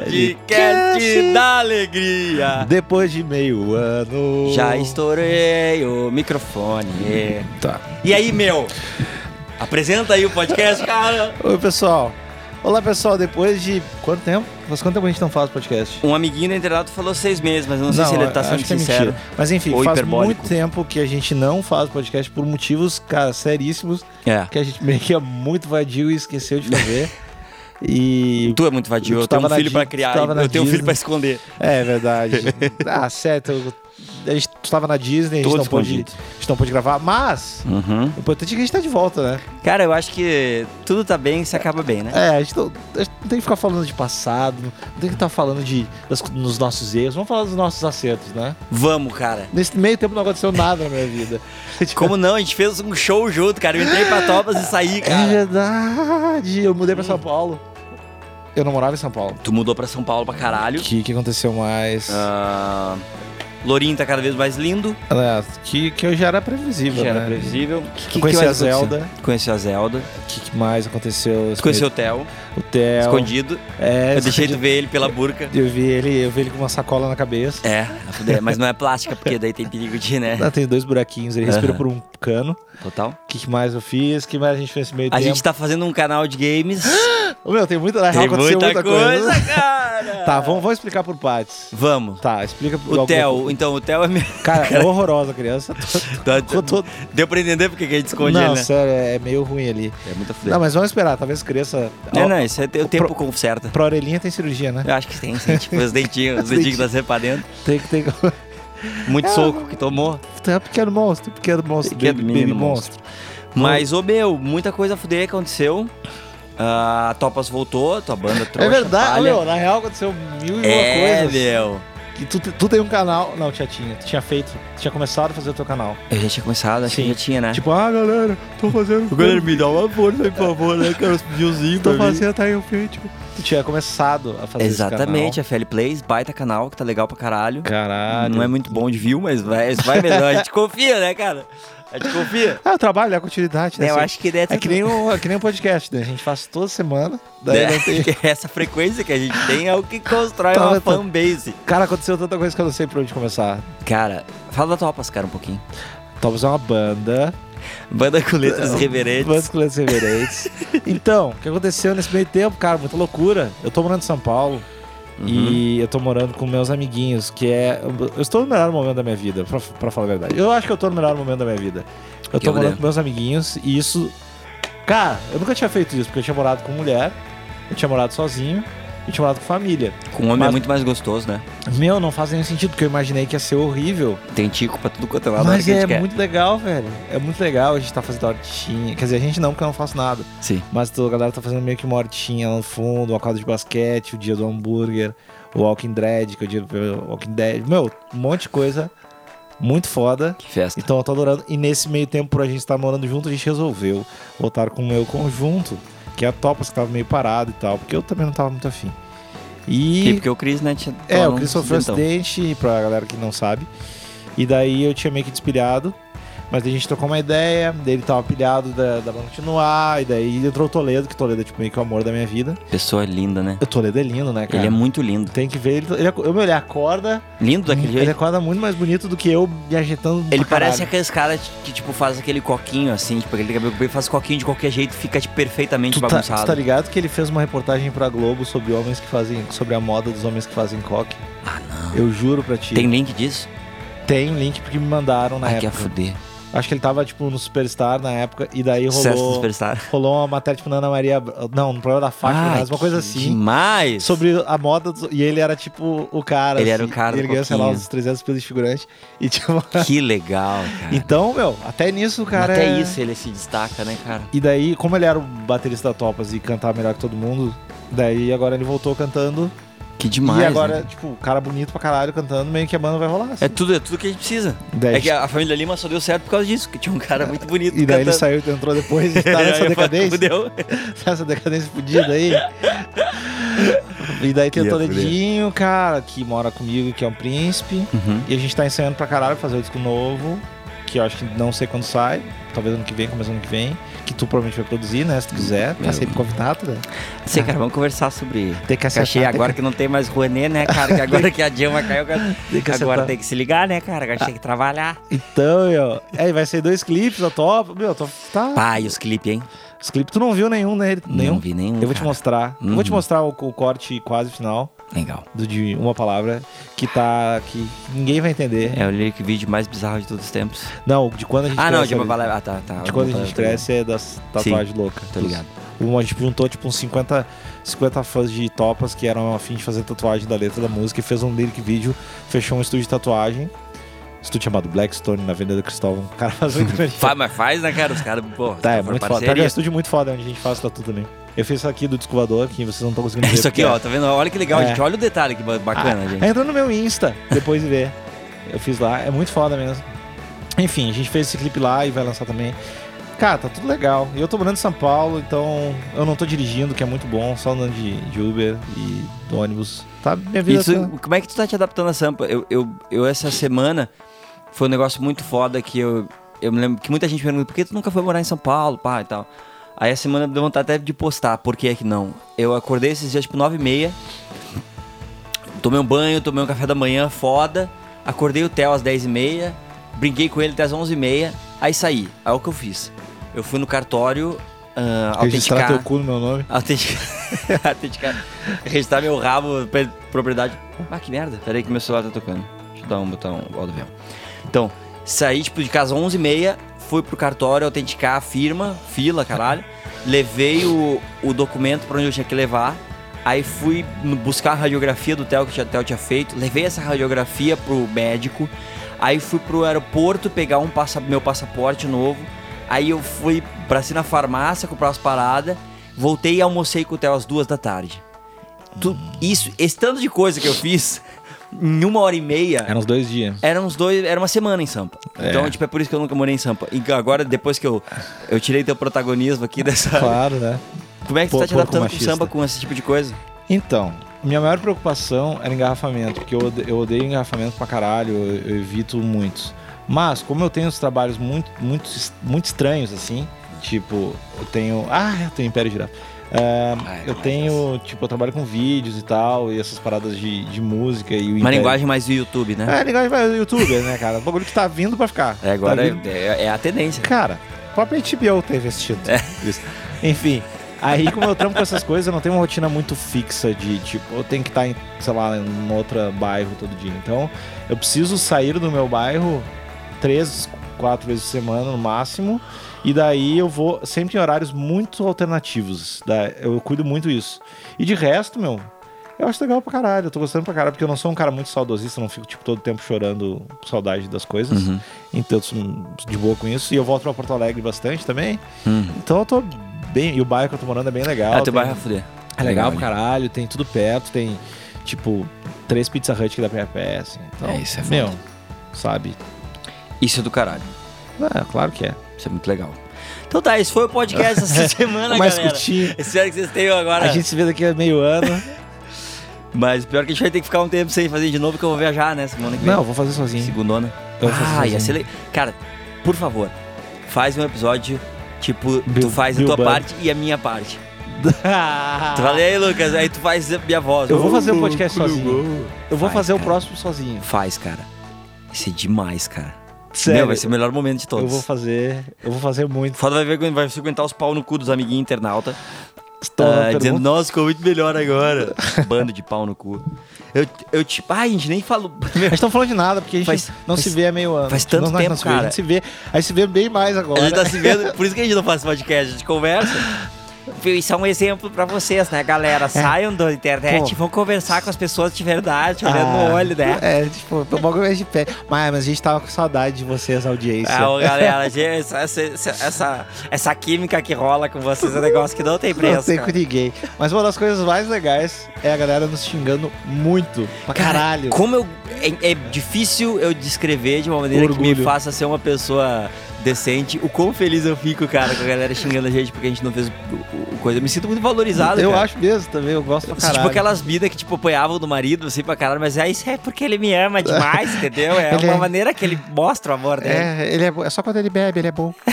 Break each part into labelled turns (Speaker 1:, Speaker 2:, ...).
Speaker 1: Podcast da alegria.
Speaker 2: Depois de meio ano.
Speaker 1: Já estourei o microfone.
Speaker 2: Tá.
Speaker 1: E aí, meu? Apresenta aí o podcast, cara.
Speaker 2: Oi, pessoal. Olá, pessoal. Depois de quanto tempo? Faz quanto tempo a gente não faz podcast?
Speaker 1: Um amiguinho da Interlado falou seis meses, mas eu não sei se ele tá
Speaker 2: acho
Speaker 1: sendo
Speaker 2: que é
Speaker 1: sincero.
Speaker 2: mentira. Mas enfim,
Speaker 1: Ou
Speaker 2: faz
Speaker 1: hiperbólico.
Speaker 2: muito tempo que a gente não faz podcast por motivos, cara, seríssimos,
Speaker 1: É.
Speaker 2: que a gente meio que é muito vadio e esqueceu de fazer. e
Speaker 1: Tu é muito vadio,
Speaker 2: Tu
Speaker 1: eu tenho um
Speaker 2: tava na
Speaker 1: filho
Speaker 2: Di-
Speaker 1: pra
Speaker 2: tu
Speaker 1: criar,
Speaker 2: tava na
Speaker 1: eu tenho um filho
Speaker 2: Disney.
Speaker 1: pra esconder.
Speaker 2: É verdade. ah, certo. eu- A gente estava na Disney, a gente,
Speaker 1: Todo
Speaker 2: não pôde,
Speaker 1: escondido.
Speaker 2: a gente não pôde gravar, mas o importante é que a gente tá de volta, né?
Speaker 1: Cara, eu acho que tudo tá bem se acaba bem, né?
Speaker 2: É, a gente não, a gente não tem que ficar falando de passado, não tem que estar falando de, das, dos nossos erros, vamos falar dos nossos acertos, né?
Speaker 1: Vamos, cara.
Speaker 2: Nesse meio tempo não aconteceu nada na minha vida.
Speaker 1: Como não? A gente fez um show junto, cara. Eu entrei pra Topas e saí,
Speaker 2: É
Speaker 1: cara.
Speaker 2: verdade, eu mudei pra São Paulo. Eu não morava em São Paulo.
Speaker 1: Tu mudou pra São Paulo pra
Speaker 2: O
Speaker 1: caralho.
Speaker 2: que, que aconteceu mais?
Speaker 1: Ah, Lourinho tá cada vez mais lindo.
Speaker 2: É, que, que eu já era previsível,
Speaker 1: Já
Speaker 2: né?
Speaker 1: era previsível. É. Que, que
Speaker 2: Conheci
Speaker 1: que
Speaker 2: a
Speaker 1: mais aconteceu?
Speaker 2: Zelda.
Speaker 1: Conheci a Zelda.
Speaker 2: O que, que mais aconteceu?
Speaker 1: Tu conheceu o Theo,
Speaker 2: o Theo.
Speaker 1: escondido.
Speaker 2: É,
Speaker 1: Eu deixei tu
Speaker 2: escondi-
Speaker 1: ver ele pela burca.
Speaker 2: eu vi ele, eu vi ele com uma sacola na cabeça.
Speaker 1: É, a fuder, mas não é plástica, porque daí tem perigo de, né?
Speaker 2: Ah, tem dois buraquinhos, ele respira
Speaker 1: Aham.
Speaker 2: por um cano.
Speaker 1: Total.
Speaker 2: O que, que mais eu fiz? O que mais a gente fez nesse meio
Speaker 1: A
Speaker 2: tempo?
Speaker 1: gente tá fazendo um canal de games.
Speaker 2: Ô, Meu, tem muita, na real,
Speaker 1: Tem
Speaker 2: aconteceu
Speaker 1: Ah, muita coisa, cara.
Speaker 2: Tá, vamos, vamos explicar por partes.
Speaker 1: Vamos.
Speaker 2: Tá, explica por
Speaker 1: O Theo, então, o Theo é meio...
Speaker 2: Cara, é horrorosa a criança. Tô-
Speaker 1: Tá-
Speaker 2: tô- tô-
Speaker 1: Deu pra entender porque que a gente esconde
Speaker 2: Não,
Speaker 1: ele, né?
Speaker 2: sério, é meio ruim ali.
Speaker 1: É muita fuder.
Speaker 2: Não, mas vamos esperar, talvez cresça.
Speaker 1: Não,
Speaker 2: Ó,
Speaker 1: não, isso é te- o tempo
Speaker 2: Pro-
Speaker 1: conserta.
Speaker 2: Pra orelhinha tem cirurgia, né?
Speaker 1: Eu acho que tem, sim, tipo, os dentinhos, os dentinhos É. que tá sempre pra dentro.
Speaker 2: Tem que ter.
Speaker 1: Muito soco que tomou.
Speaker 2: Tu é um pequeno monstro, pequeno monstro,
Speaker 1: Pequeno
Speaker 2: baby,
Speaker 1: mini
Speaker 2: baby monstro.
Speaker 1: Mas, ô meu, muita coisa a fuder aconteceu. Ah, a Topas voltou, tua banda trouxa,
Speaker 2: é verdade,
Speaker 1: palha.
Speaker 2: meu, na real aconteceu mil e uma
Speaker 1: É,
Speaker 2: coisas.
Speaker 1: meu.
Speaker 2: E tu, te- tu tem um canal. Não, tia tinha. Tu tinha feito. Tu tinha começado a fazer o teu canal.
Speaker 1: Eu já tinha começado, acho que
Speaker 2: Sim.
Speaker 1: já tinha, né?
Speaker 2: Tipo, ah, galera, tô fazendo.
Speaker 1: me dá uma força, por favor, né, cara? Os videozinhos
Speaker 2: Tô fazendo tá aí o vídeo. Tu tinha começado a fazer esse
Speaker 1: Exatamente, a FL Plays, baita canal, que tá legal pra caralho.
Speaker 2: canal. Caralho.
Speaker 1: Não é muito bom de view, mas vai, vai melhor. A gente confia, né, cara? A gente confia.
Speaker 2: É o trabalho, é a continuidade. Né?
Speaker 1: Eu
Speaker 2: Assim,
Speaker 1: acho que tá- deve
Speaker 2: É que nem um, é que nem um podcast, né? A gente faz toda semana. Daí
Speaker 1: É.
Speaker 2: não tem...
Speaker 1: Essa frequência que a gente tem é o que constrói
Speaker 2: Tá,
Speaker 1: uma
Speaker 2: tá.
Speaker 1: fanbase.
Speaker 2: Cara, aconteceu tanta coisa que eu não sei por onde começar.
Speaker 1: Cara, fala da Topas, cara, um pouquinho.
Speaker 2: Talvez é uma banda.
Speaker 1: Banda
Speaker 2: Então,
Speaker 1: com letras reverentes.
Speaker 2: Bandas com letras reverentes. então, o que aconteceu nesse meio tempo, cara? Muita loucura. Eu tô morando em São Paulo.
Speaker 1: Uhum.
Speaker 2: E eu tô morando com meus amiguinhos, que é. Eu estou no melhor momento da minha vida, pra, pra falar a verdade. Eu acho que eu tô no melhor momento da minha vida. Eu
Speaker 1: Que
Speaker 2: tô
Speaker 1: eu
Speaker 2: morando
Speaker 1: lembro.
Speaker 2: com meus amiguinhos e isso. Cara, eu nunca tinha feito isso, porque eu tinha morado com mulher, eu tinha morado sozinho, eu tinha morado com família.
Speaker 1: Com homem é
Speaker 2: Mas-
Speaker 1: muito mais gostoso, né?
Speaker 2: Meu, não faz nenhum sentido, porque eu imaginei que ia ser horrível.
Speaker 1: Tem tico pra tudo quanto é lado. na hora
Speaker 2: mas
Speaker 1: que a
Speaker 2: é
Speaker 1: gente quer.
Speaker 2: muito legal, velho. É muito legal a gente tá fazendo hortinha. Quer dizer, a gente não, porque eu não faço nada.
Speaker 1: Sim.
Speaker 2: Mas tô- a galera tá fazendo meio que uma hortinha lá no fundo, uma quadra de basquete, o dia do hambúrguer, o Walking Dead, que é o dia do Walking Dead. Meu, um monte de coisa muito foda.
Speaker 1: Que festa.
Speaker 2: Então eu tô adorando. E nesse meio tempo, por a gente estar morando junto, a gente resolveu voltar com o meu conjunto, que é a Topas, que tava meio parado e tal, porque eu também não tava muito afim.
Speaker 1: E
Speaker 2: E.
Speaker 1: porque o Cris, né? tinha-
Speaker 2: É,
Speaker 1: tava
Speaker 2: o
Speaker 1: num
Speaker 2: Chris sofreu um
Speaker 1: acidentão.
Speaker 2: acidente, pra galera que não sabe. E daí eu tinha meio que despilhado. Mas daí a gente trocou uma ideia, daí ele tava pilhado da, da banda continuar, e daí entrou o Toledo, que Toledo é tipo meio que o amor da minha vida.
Speaker 1: Pessoa linda, né?
Speaker 2: O Toledo é lindo, né, cara?
Speaker 1: Ele é muito lindo.
Speaker 2: Tem que ver, ele, ele, ac- eu, meu, ele acorda,
Speaker 1: Lindo daquele
Speaker 2: ele
Speaker 1: jeito.
Speaker 2: acorda muito mais bonito do que eu me agitando pra
Speaker 1: Ele parece
Speaker 2: caralho.
Speaker 1: aqueles caras que, tipo, faz aquele coquinho assim, tipo, aquele cabelo que faz coquinho de qualquer jeito e fica tipo, perfeitamente
Speaker 2: Tu tá,
Speaker 1: bagunçado.
Speaker 2: tu tá ligado que ele fez uma reportagem pra Globo sobre homens que fazem, sobre a moda dos homens que fazem coque?
Speaker 1: Ah, não.
Speaker 2: Eu juro pra ti.
Speaker 1: Tem link disso?
Speaker 2: Tem um link porque me mandaram na
Speaker 1: Ai, que a
Speaker 2: época.
Speaker 1: fuder.
Speaker 2: Acho que ele tava, tipo, no Superstar na época, e daí
Speaker 1: Sucesso do
Speaker 2: rolou,
Speaker 1: Superstar.
Speaker 2: rolou uma matéria, tipo, na Ana Maria... Não, no programa da Fátima,
Speaker 1: Ai,
Speaker 2: mas uma coisa
Speaker 1: que
Speaker 2: assim.
Speaker 1: Demais.
Speaker 2: Sobre a moda, dos- e ele era, tipo, o cara.
Speaker 1: Ele era
Speaker 2: assim,
Speaker 1: o cara do
Speaker 2: Ele ganhou, sei lá,
Speaker 1: coquinho.
Speaker 2: uns 300 pesos de figurante. E, tipo...
Speaker 1: Que legal, cara.
Speaker 2: então, meu, até nisso, o cara...
Speaker 1: Até
Speaker 2: é-
Speaker 1: isso ele se destaca, né, cara?
Speaker 2: E daí, como ele era o baterista da Topas e cantava melhor que todo mundo, daí agora ele voltou cantando.
Speaker 1: Que demais.
Speaker 2: e agora,
Speaker 1: né?
Speaker 2: tipo, o cara bonito pra caralho cantando, meio que a banda vai rolar. assim.
Speaker 1: É tudo, é tudo que a gente precisa.
Speaker 2: Daí-
Speaker 1: É que a família Lima só deu certo por causa disso, que tinha um cara muito bonito
Speaker 2: E daí ele
Speaker 1: cantando.
Speaker 2: saiu, entrou depois e tá
Speaker 1: Aí eu
Speaker 2: nessa
Speaker 1: falei,
Speaker 2: decadência.
Speaker 1: Fudeu.
Speaker 2: essa decadência fudida aí. e daí tem
Speaker 1: Ia
Speaker 2: o
Speaker 1: fuder.
Speaker 2: Toledinho, cara, que mora comigo, que é um príncipe.
Speaker 1: Uhum.
Speaker 2: E a gente tá ensaiando pra caralho fazer o disco novo. que eu acho que não sei quando sai, talvez ano que vem, começo do ano que vem, que tu provavelmente vai produzir, né? Se tu quiser, tá
Speaker 1: Meu.
Speaker 2: sempre convidado, né?
Speaker 1: Sim, cara, vamos conversar sobre
Speaker 2: Tem que
Speaker 1: cachê
Speaker 2: acertar,
Speaker 1: agora que não tem mais Rouanet, né, cara? Que agora que a Dilma caiu,
Speaker 2: Tem que
Speaker 1: agora
Speaker 2: acertar.
Speaker 1: tem que se ligar, né, cara? Agora tem que trabalhar.
Speaker 2: Então, meu, é, e vai sair dois clipes, eu topo. Meu, tô, tá.
Speaker 1: Pai, os clipes, hein?
Speaker 2: Os clipes tu não viu nenhum, né? Nenhum.
Speaker 1: Não vi nenhum.
Speaker 2: Eu vou te
Speaker 1: cara.
Speaker 2: mostrar. Eu vou te
Speaker 1: Uhum.
Speaker 2: mostrar o, o corte quase final
Speaker 1: Legal.
Speaker 2: do de uma palavra que tá. que ninguém vai entender.
Speaker 1: É o lyric vídeo mais bizarro de todos os tempos.
Speaker 2: Não, de quando a gente
Speaker 1: Ah, não,
Speaker 2: cresce,
Speaker 1: de uma
Speaker 2: né?
Speaker 1: palavra. Ah, tá, tá.
Speaker 2: De quando a
Speaker 1: Uma
Speaker 2: gente
Speaker 1: palavra,
Speaker 2: cresce é das tatuagens loucas.
Speaker 1: Tô ligado.
Speaker 2: Um, a gente juntou tipo uns 50, 50 fãs de topas que eram afim de fazer tatuagem da letra da música e fez um lyric vídeo, fechou um estúdio de tatuagem. Estúdio chamado Blackstone na Avenida Cristóvão. O cara faz muito bem.
Speaker 1: Fa- mas faz, né, cara? Os caras, pô,
Speaker 2: Tá, é
Speaker 1: foram
Speaker 2: muito foda. Tá, é um
Speaker 1: parceria.
Speaker 2: estúdio muito foda onde a gente faz tatu também. Eu fiz isso aqui do Descovador, que vocês não estão conseguindo ver.
Speaker 1: Isso aqui,
Speaker 2: porque-
Speaker 1: ó, tá vendo? Olha que legal,
Speaker 2: É.
Speaker 1: gente. Olha o detalhe que ba- bacana, gente.
Speaker 2: Ah. Entra no meu Insta, depois e vê. Eu fiz lá, é muito foda mesmo. Enfim, a gente fez esse clipe lá e vai lançar também. Cara, tá tudo legal. E eu tô morando em São Paulo, então eu não tô dirigindo, que é muito bom, só andando de, de Uber e do ônibus. Tá, minha vida
Speaker 1: Isso,
Speaker 2: tá-
Speaker 1: como é que tu tá te adaptando a Sampa? Eu, eu, eu essa semana foi um negócio muito foda que eu, eu me lembro que muita gente me pergunta por que tu nunca foi morar em São Paulo, pá, e tal. Aí a semana deu vontade até de postar, por que é que não? Eu acordei esses dias tipo 9 e meia, tomei um banho, tomei um café da manhã foda, acordei o Theo às 10 e meia, brinquei com ele até às 11 e meia, aí saí. Aí é o que eu fiz? Eu fui no cartório ah,
Speaker 2: Registrar
Speaker 1: autenticar...
Speaker 2: teu cu no meu nome.
Speaker 1: Autenticar. Autenticar. Registrar meu rabo, pe- propriedade. Ah, que merda. Pera aí que meu celular tá tocando. Deixa eu dar um botão alto mesmo. Então, saí tipo de casa 11h30, fui pro cartório autenticar a firma, fila, caralho. Levei o, o documento pra onde eu tinha que levar. Aí fui no- buscar a radiografia do Theo que o Theo tinha feito. Levei essa radiografia pro médico. Aí fui pro aeroporto pegar um passa- meu passaporte novo. Aí eu fui pra cima na farmácia comprar umas paradas. Voltei e almocei com o Theo às duas da tarde. Tu- isso, esse tanto de coisa que eu fiz em uma hora e meia.
Speaker 2: Eram É uns dois dias.
Speaker 1: Era uns dois, era uma semana em Sampa.
Speaker 2: É.
Speaker 1: Então, tipo, é por isso que eu nunca morei em Sampa. E agora, depois que eu, eu tirei teu protagonismo aqui dessa.
Speaker 2: Claro, né?
Speaker 1: Como é que tu
Speaker 2: Pô,
Speaker 1: tá te
Speaker 2: porco
Speaker 1: adaptando com
Speaker 2: machista.
Speaker 1: Sampa com esse tipo de coisa?
Speaker 2: Então, minha maior preocupação era engarrafamento, porque eu, ode- eu odeio engarrafamento pra caralho, eu, eu evito muitos. Mas, como eu tenho os trabalhos muito, muito, es- muito estranhos, assim, tipo, eu tenho. Ah, eu tenho Império Girafa. Ah,
Speaker 1: Ai, tá
Speaker 2: eu
Speaker 1: mas
Speaker 2: tenho, tipo, eu trabalho com vídeos e tal, e essas paradas de, de música e o
Speaker 1: Uma
Speaker 2: Império-
Speaker 1: linguagem mais do YouTube, né?
Speaker 2: É, linguagem vai youtuber, né, cara? O bagulho que tá vindo pra ficar.
Speaker 1: É, agora
Speaker 2: Tá
Speaker 1: é,
Speaker 2: vindo
Speaker 1: é- é a tendência.
Speaker 2: Cara, a própria HBO tá investindo. Isso. Enfim, aí como eu trampo com essas coisas, eu não tenho uma rotina muito fixa de, tipo, eu tenho que estar em, sei lá, em outro bairro todo dia. Então, eu preciso sair do meu bairro três, quatro vezes por semana no máximo. E daí eu vou sempre em horários muito alternativos. da- Eu cuido muito isso. E de resto, meu, eu acho legal pra caralho. Eu tô gostando pra caralho, porque eu não sou um cara muito saudosista, eu não fico, tipo, todo tempo chorando por saudade das coisas.
Speaker 1: Uhum.
Speaker 2: Então, eu sou de boa com isso. E eu volto pra Porto Alegre bastante também.
Speaker 1: Hum.
Speaker 2: Então, eu tô bem. E o bairro que eu tô morando é bem legal.
Speaker 1: Ah, teu
Speaker 2: tem-
Speaker 1: bairro vai fuder.
Speaker 2: É legal
Speaker 1: né?
Speaker 2: pra caralho, tem tudo perto, tem, tipo, três Pizza Hut que dá pra ir a pé, assim. Então,
Speaker 1: É, isso é
Speaker 2: Meu, sabe?
Speaker 1: Isso é do caralho.
Speaker 2: É, claro que é.
Speaker 1: Isso é muito legal. Então tá, esse foi o podcast essa semana,
Speaker 2: Mas
Speaker 1: galera.
Speaker 2: curtinho.
Speaker 1: Espero que vocês tenham agora.
Speaker 2: A gente se vê daqui a meio ano.
Speaker 1: Mas pior que a gente vai ter que ficar um tempo sem fazer de novo, que eu vou viajar, né? Semana que vem.
Speaker 2: Não, eu vou fazer sozinho.
Speaker 1: Segundona.
Speaker 2: Eu vou fazer
Speaker 1: Ah, ia
Speaker 2: Então sozinho.
Speaker 1: ser legal. Cara, por favor, faz um episódio, tipo, tu
Speaker 2: Bill-
Speaker 1: faz
Speaker 2: Bill
Speaker 1: a tua
Speaker 2: Burr.
Speaker 1: parte e a minha parte. Tu fala, e aí, Lucas, aí tu faz a minha voz.
Speaker 2: Eu vou fazer um podcast sozinho. Eu vou
Speaker 1: Vai,
Speaker 2: fazer o
Speaker 1: cara.
Speaker 2: próximo sozinho.
Speaker 1: Faz, cara. Isso é demais, cara.
Speaker 2: Sério.
Speaker 1: Meu, vai ser o melhor momento de todos.
Speaker 2: Eu vou fazer. Eu vou fazer muito.
Speaker 1: Foda vai ver quando vai se aguentar os pau no cu dos amiguinhos internauta.
Speaker 2: Estou
Speaker 1: ah, dizendo, nossa, ficou muito melhor agora. Bando de pau no cu. Eu, eu tipo, ai, a gente nem falou.
Speaker 2: A gente não falou de nada, porque a gente
Speaker 1: Faz-
Speaker 2: não
Speaker 1: faz-
Speaker 2: se vê há meio ano.
Speaker 1: faz
Speaker 2: A gente
Speaker 1: tanto
Speaker 2: não-
Speaker 1: tempo,
Speaker 2: não se vê, A
Speaker 1: cara.
Speaker 2: gente se vê, a gente se vê bem mais agora.
Speaker 1: A gente tá se vendo, por isso que a gente não faz podcast, a gente conversa. Isso é um exemplo pra vocês, né, galera? Saiam da internet
Speaker 2: Pô.
Speaker 1: e vão conversar com as pessoas de verdade, olhando
Speaker 2: Ah,
Speaker 1: no olho, né?
Speaker 2: É, tipo, tô logo mais de pé. Mas, mas a gente tava com saudade de vocês, audiência.
Speaker 1: Ah, ô, galera, gente, essa, essa, essa, essa química que rola com vocês é um negócio que não tem
Speaker 2: não
Speaker 1: preço.
Speaker 2: tem com
Speaker 1: cara.
Speaker 2: ninguém. Mas uma das coisas mais legais é a galera nos xingando muito. Pra caralho.
Speaker 1: Como eu. É, é difícil eu descrever de uma maneira que me
Speaker 2: Orgulho.
Speaker 1: faça ser uma pessoa decente, o quão feliz eu fico, cara, com a galera xingando a gente porque a gente não fez o, o- o coisa. Eu me sinto muito valorizado,
Speaker 3: eu
Speaker 1: cara.
Speaker 3: acho mesmo também, eu gosto pra
Speaker 1: Assim,
Speaker 3: caralho.
Speaker 1: Tipo aquelas vidas que, tipo, apanhavam do marido, assim, pra caralho, mas é isso é porque ele me ama demais, entendeu? É
Speaker 3: Ele
Speaker 1: uma
Speaker 3: é-
Speaker 1: maneira que ele mostra o amor dele.
Speaker 3: É, ele é, bo- é só quando ele bebe, ele é tipo bom.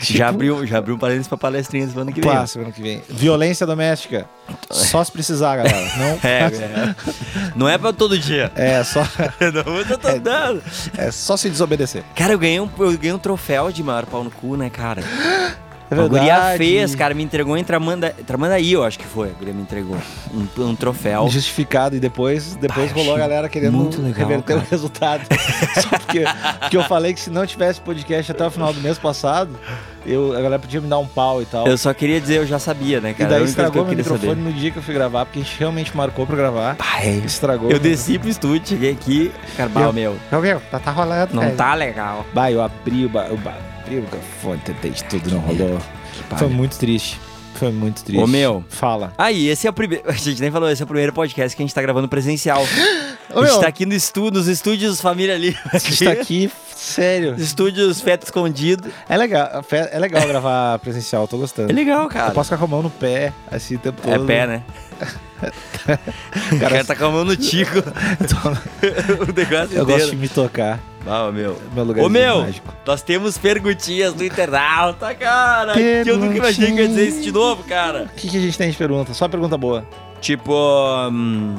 Speaker 1: Já abriu, já abriu um parênteses pra palestrinha semana que vem.
Speaker 2: Pá, semana que vem. Violência doméstica. Só se precisar, galera. Não.
Speaker 1: É, é. Não é pra todo dia.
Speaker 2: É só,
Speaker 1: Não, mas eu tô dando.
Speaker 2: é só se desobedecer.
Speaker 1: Cara, eu ganhei, um, eu ganhei um troféu de maior pau no cu, né, cara?
Speaker 3: É
Speaker 1: A guria
Speaker 3: verdade.
Speaker 1: fez, cara, me entregou em Tramanda, Tramandaí, eu acho que foi. A guria me entregou um, um troféu.
Speaker 2: Justificado e depois, depois
Speaker 1: Bah,
Speaker 2: rolou a
Speaker 1: achei
Speaker 2: galera querendo
Speaker 1: muito legal,
Speaker 2: reverter o
Speaker 1: cara.
Speaker 2: resultado. Só porque, porque eu falei que se não tivesse podcast até o final do mês passado, eu, a galera podia me dar um pau e tal.
Speaker 1: Eu só queria dizer, eu já sabia, né,
Speaker 2: e
Speaker 1: cara?
Speaker 2: daí
Speaker 1: Era a única coisa que eu
Speaker 2: estragou meu
Speaker 1: queria
Speaker 2: microfone
Speaker 1: saber.
Speaker 2: no dia que eu fui gravar, porque a gente realmente marcou pra gravar.
Speaker 1: Pai,
Speaker 2: Estragou.
Speaker 1: eu desci pro estúdio, cheguei aqui, cara, bah,
Speaker 3: Eu-
Speaker 1: meu,
Speaker 3: Ô, meu, tá, tá rolando.
Speaker 1: não
Speaker 2: É.
Speaker 3: velho.
Speaker 1: tá legal.
Speaker 2: Bah, eu abri o, ba... eu ba- abri o microfone, tentei de tudo, não rolou.
Speaker 1: palha.
Speaker 2: Foi muito triste. Foi muito triste.
Speaker 1: É, Ô, meu.
Speaker 2: Fala.
Speaker 1: Aí, esse é o primeiro. A gente nem falou, esse é o primeiro podcast que a gente tá gravando presencial.
Speaker 3: Ô,
Speaker 1: a gente
Speaker 3: meu,
Speaker 1: tá aqui no estúdio, nos estúdios Família ali.
Speaker 2: A gente tá aqui, sério.
Speaker 1: Estúdios Feto Escondido.
Speaker 2: É legal, fe- é legal gravar presencial, tô gostando.
Speaker 1: É legal,
Speaker 2: Eu
Speaker 1: cara.
Speaker 2: posso ficar com a mão no pé, assim, o tempo todo.
Speaker 1: É pé, né? O cara tá com a mão no tico. o negócio
Speaker 2: Eu gosto de
Speaker 1: inteiro.
Speaker 2: me tocar.
Speaker 1: Ah, meu.
Speaker 2: Meu lugar
Speaker 1: Ô, meu,
Speaker 2: mágico.
Speaker 1: nós temos perguntinhas do internauta, cara. Que eu nunca imaginei que eu ia dizer isso de novo, cara.
Speaker 2: O que, que a gente tem de pergunta? Só pergunta boa.
Speaker 1: Tipo. hum,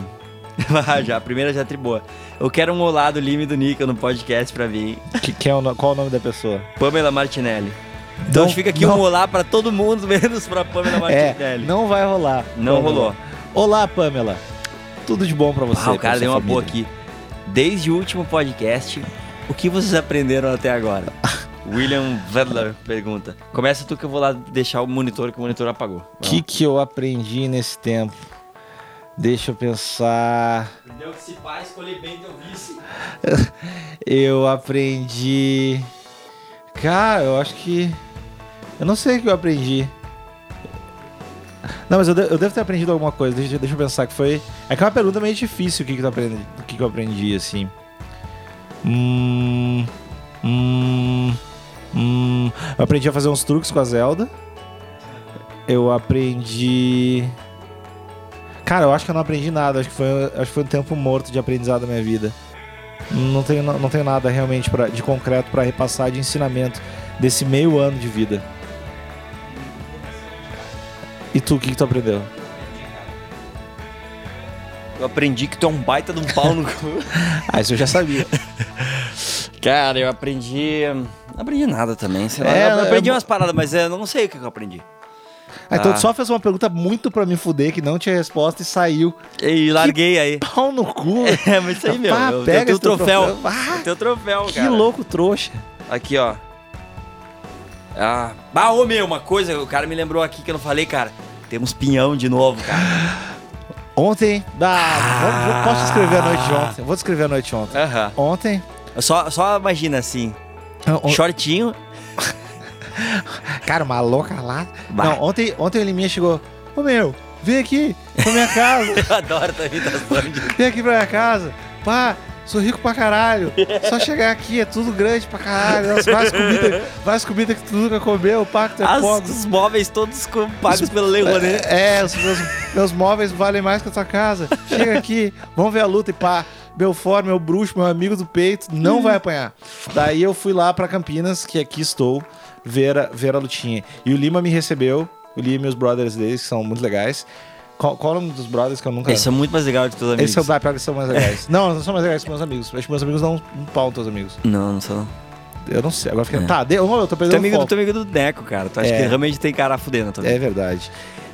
Speaker 1: ah, já, a primeira já tribou. Eu quero um olá do Lime e do Nickel no podcast pra vir.
Speaker 2: Que, que é o no- qual é o nome da pessoa?
Speaker 1: Pamela Martinelli. Então
Speaker 2: Não-
Speaker 1: fica aqui
Speaker 2: não-
Speaker 1: um olá pra todo mundo, menos pra Pamela
Speaker 2: É,
Speaker 1: Martinelli.
Speaker 2: não vai rolar.
Speaker 1: não
Speaker 2: Pamela.
Speaker 1: rolou.
Speaker 2: Olá, Pamela. Tudo de bom pra você.
Speaker 1: Ah, o
Speaker 2: pra
Speaker 1: cara
Speaker 2: sua
Speaker 1: deu uma
Speaker 2: família.
Speaker 1: boa aqui. Desde o último podcast, o que vocês aprenderam até agora? William Vedler pergunta. Começa tu que eu vou lá deixar o monitor, que o monitor apagou.
Speaker 2: O que, que eu aprendi nesse tempo? Deixa eu pensar.
Speaker 1: Aprendeu que se pá, escolher bem teu vice.
Speaker 2: Eu aprendi. Cara, eu acho que. Eu não sei o que eu aprendi. Não, mas eu, de- eu devo ter aprendido alguma coisa. Deixa, deixa eu pensar que foi. É que é uma pergunta meio difícil o que, que, tu aprende, o que, que eu aprendi, assim. Hum. Hum. Hum. Eu aprendi a fazer uns truques com a Zelda. Eu aprendi. Cara, eu acho que eu não aprendi nada. Acho que foi, acho que foi um tempo morto de aprendizado da minha vida. Não tenho, não tenho nada realmente pra, de concreto pra repassar de ensinamento desse meio ano de vida. E tu, o que, que tu aprendeu?
Speaker 1: Eu aprendi que tu é um baita de um pau no cu.
Speaker 2: Ah, isso eu já sabia.
Speaker 1: Cara, eu aprendi. Não aprendi nada também, sei lá.
Speaker 2: É,
Speaker 1: eu aprendi
Speaker 2: é-
Speaker 1: umas paradas, mas eu não sei o que eu aprendi.
Speaker 2: Ah, então
Speaker 1: Ah.
Speaker 2: tu só fez uma pergunta muito pra me fuder, que não tinha resposta e saiu.
Speaker 1: E larguei aí.
Speaker 2: Pau no cu.
Speaker 1: É, mas isso aí, meu.
Speaker 2: Ah, Pá,
Speaker 1: eu,
Speaker 2: pega
Speaker 1: eu tenho
Speaker 2: esse teu
Speaker 1: troféu.
Speaker 2: troféu. Ah,
Speaker 1: Eu tenho troféu,
Speaker 2: que
Speaker 1: cara.
Speaker 2: louco trouxa.
Speaker 1: Aqui, ó. Ah, bah, ô meu, uma coisa, o cara me lembrou aqui que eu não falei, cara. Temos pinhão de novo, cara.
Speaker 2: Ontem... Ah, vamos- vamos- posso escrever a noite de
Speaker 1: Ah.
Speaker 2: ontem? Vou descrever a noite de ontem.
Speaker 1: Aham.
Speaker 2: Ontem...
Speaker 1: Só, só imagina assim,
Speaker 2: on-
Speaker 1: shortinho.
Speaker 2: Cara, uma louca lá.
Speaker 1: Bah.
Speaker 2: Não, ontem, ontem o Liminha chegou. Ô meu, vem aqui pra minha casa.
Speaker 1: Eu adoro tua imitação de...
Speaker 2: Vem aqui pra minha casa. Pá, sou rico pra caralho. Só chegar aqui, é tudo grande pra caralho. Nossa, várias comidas, várias comidas que tu nunca comeu, pá, que tu é
Speaker 1: As,
Speaker 2: pobre.
Speaker 1: os móveis todos com- pagos pelo Leroné.
Speaker 2: É, os meus, meus móveis valem mais que a tua casa. Chega aqui, vamos ver a luta e pá. Belfort, meu bruxo, meu amigo do peito, não vai apanhar. Daí eu fui lá pra Campinas, que aqui estou, ver a, ver a lutinha. E o Lima me recebeu, o Lima e os brothers deles, que são muito legais. Qual, qual é o nome dos brothers que eu nunca...
Speaker 1: Esse é muito mais legal que teus amigos. É.
Speaker 2: Eles são, ah, pior que são mais legais. não, não são mais legais que meus amigos. Acho que meus amigos não, não pau teus amigos.
Speaker 1: Não, não sou não.
Speaker 2: Eu não sei, agora fica...
Speaker 1: É.
Speaker 2: Tá, deu, eu tô
Speaker 1: Tu é
Speaker 2: perdendo
Speaker 1: amigo,
Speaker 2: foco.
Speaker 1: do- tu é amigo do Deco, cara. Tu acha
Speaker 2: É.
Speaker 1: que realmente tem cara a fuder na tua
Speaker 2: É
Speaker 1: vida.
Speaker 2: verdade.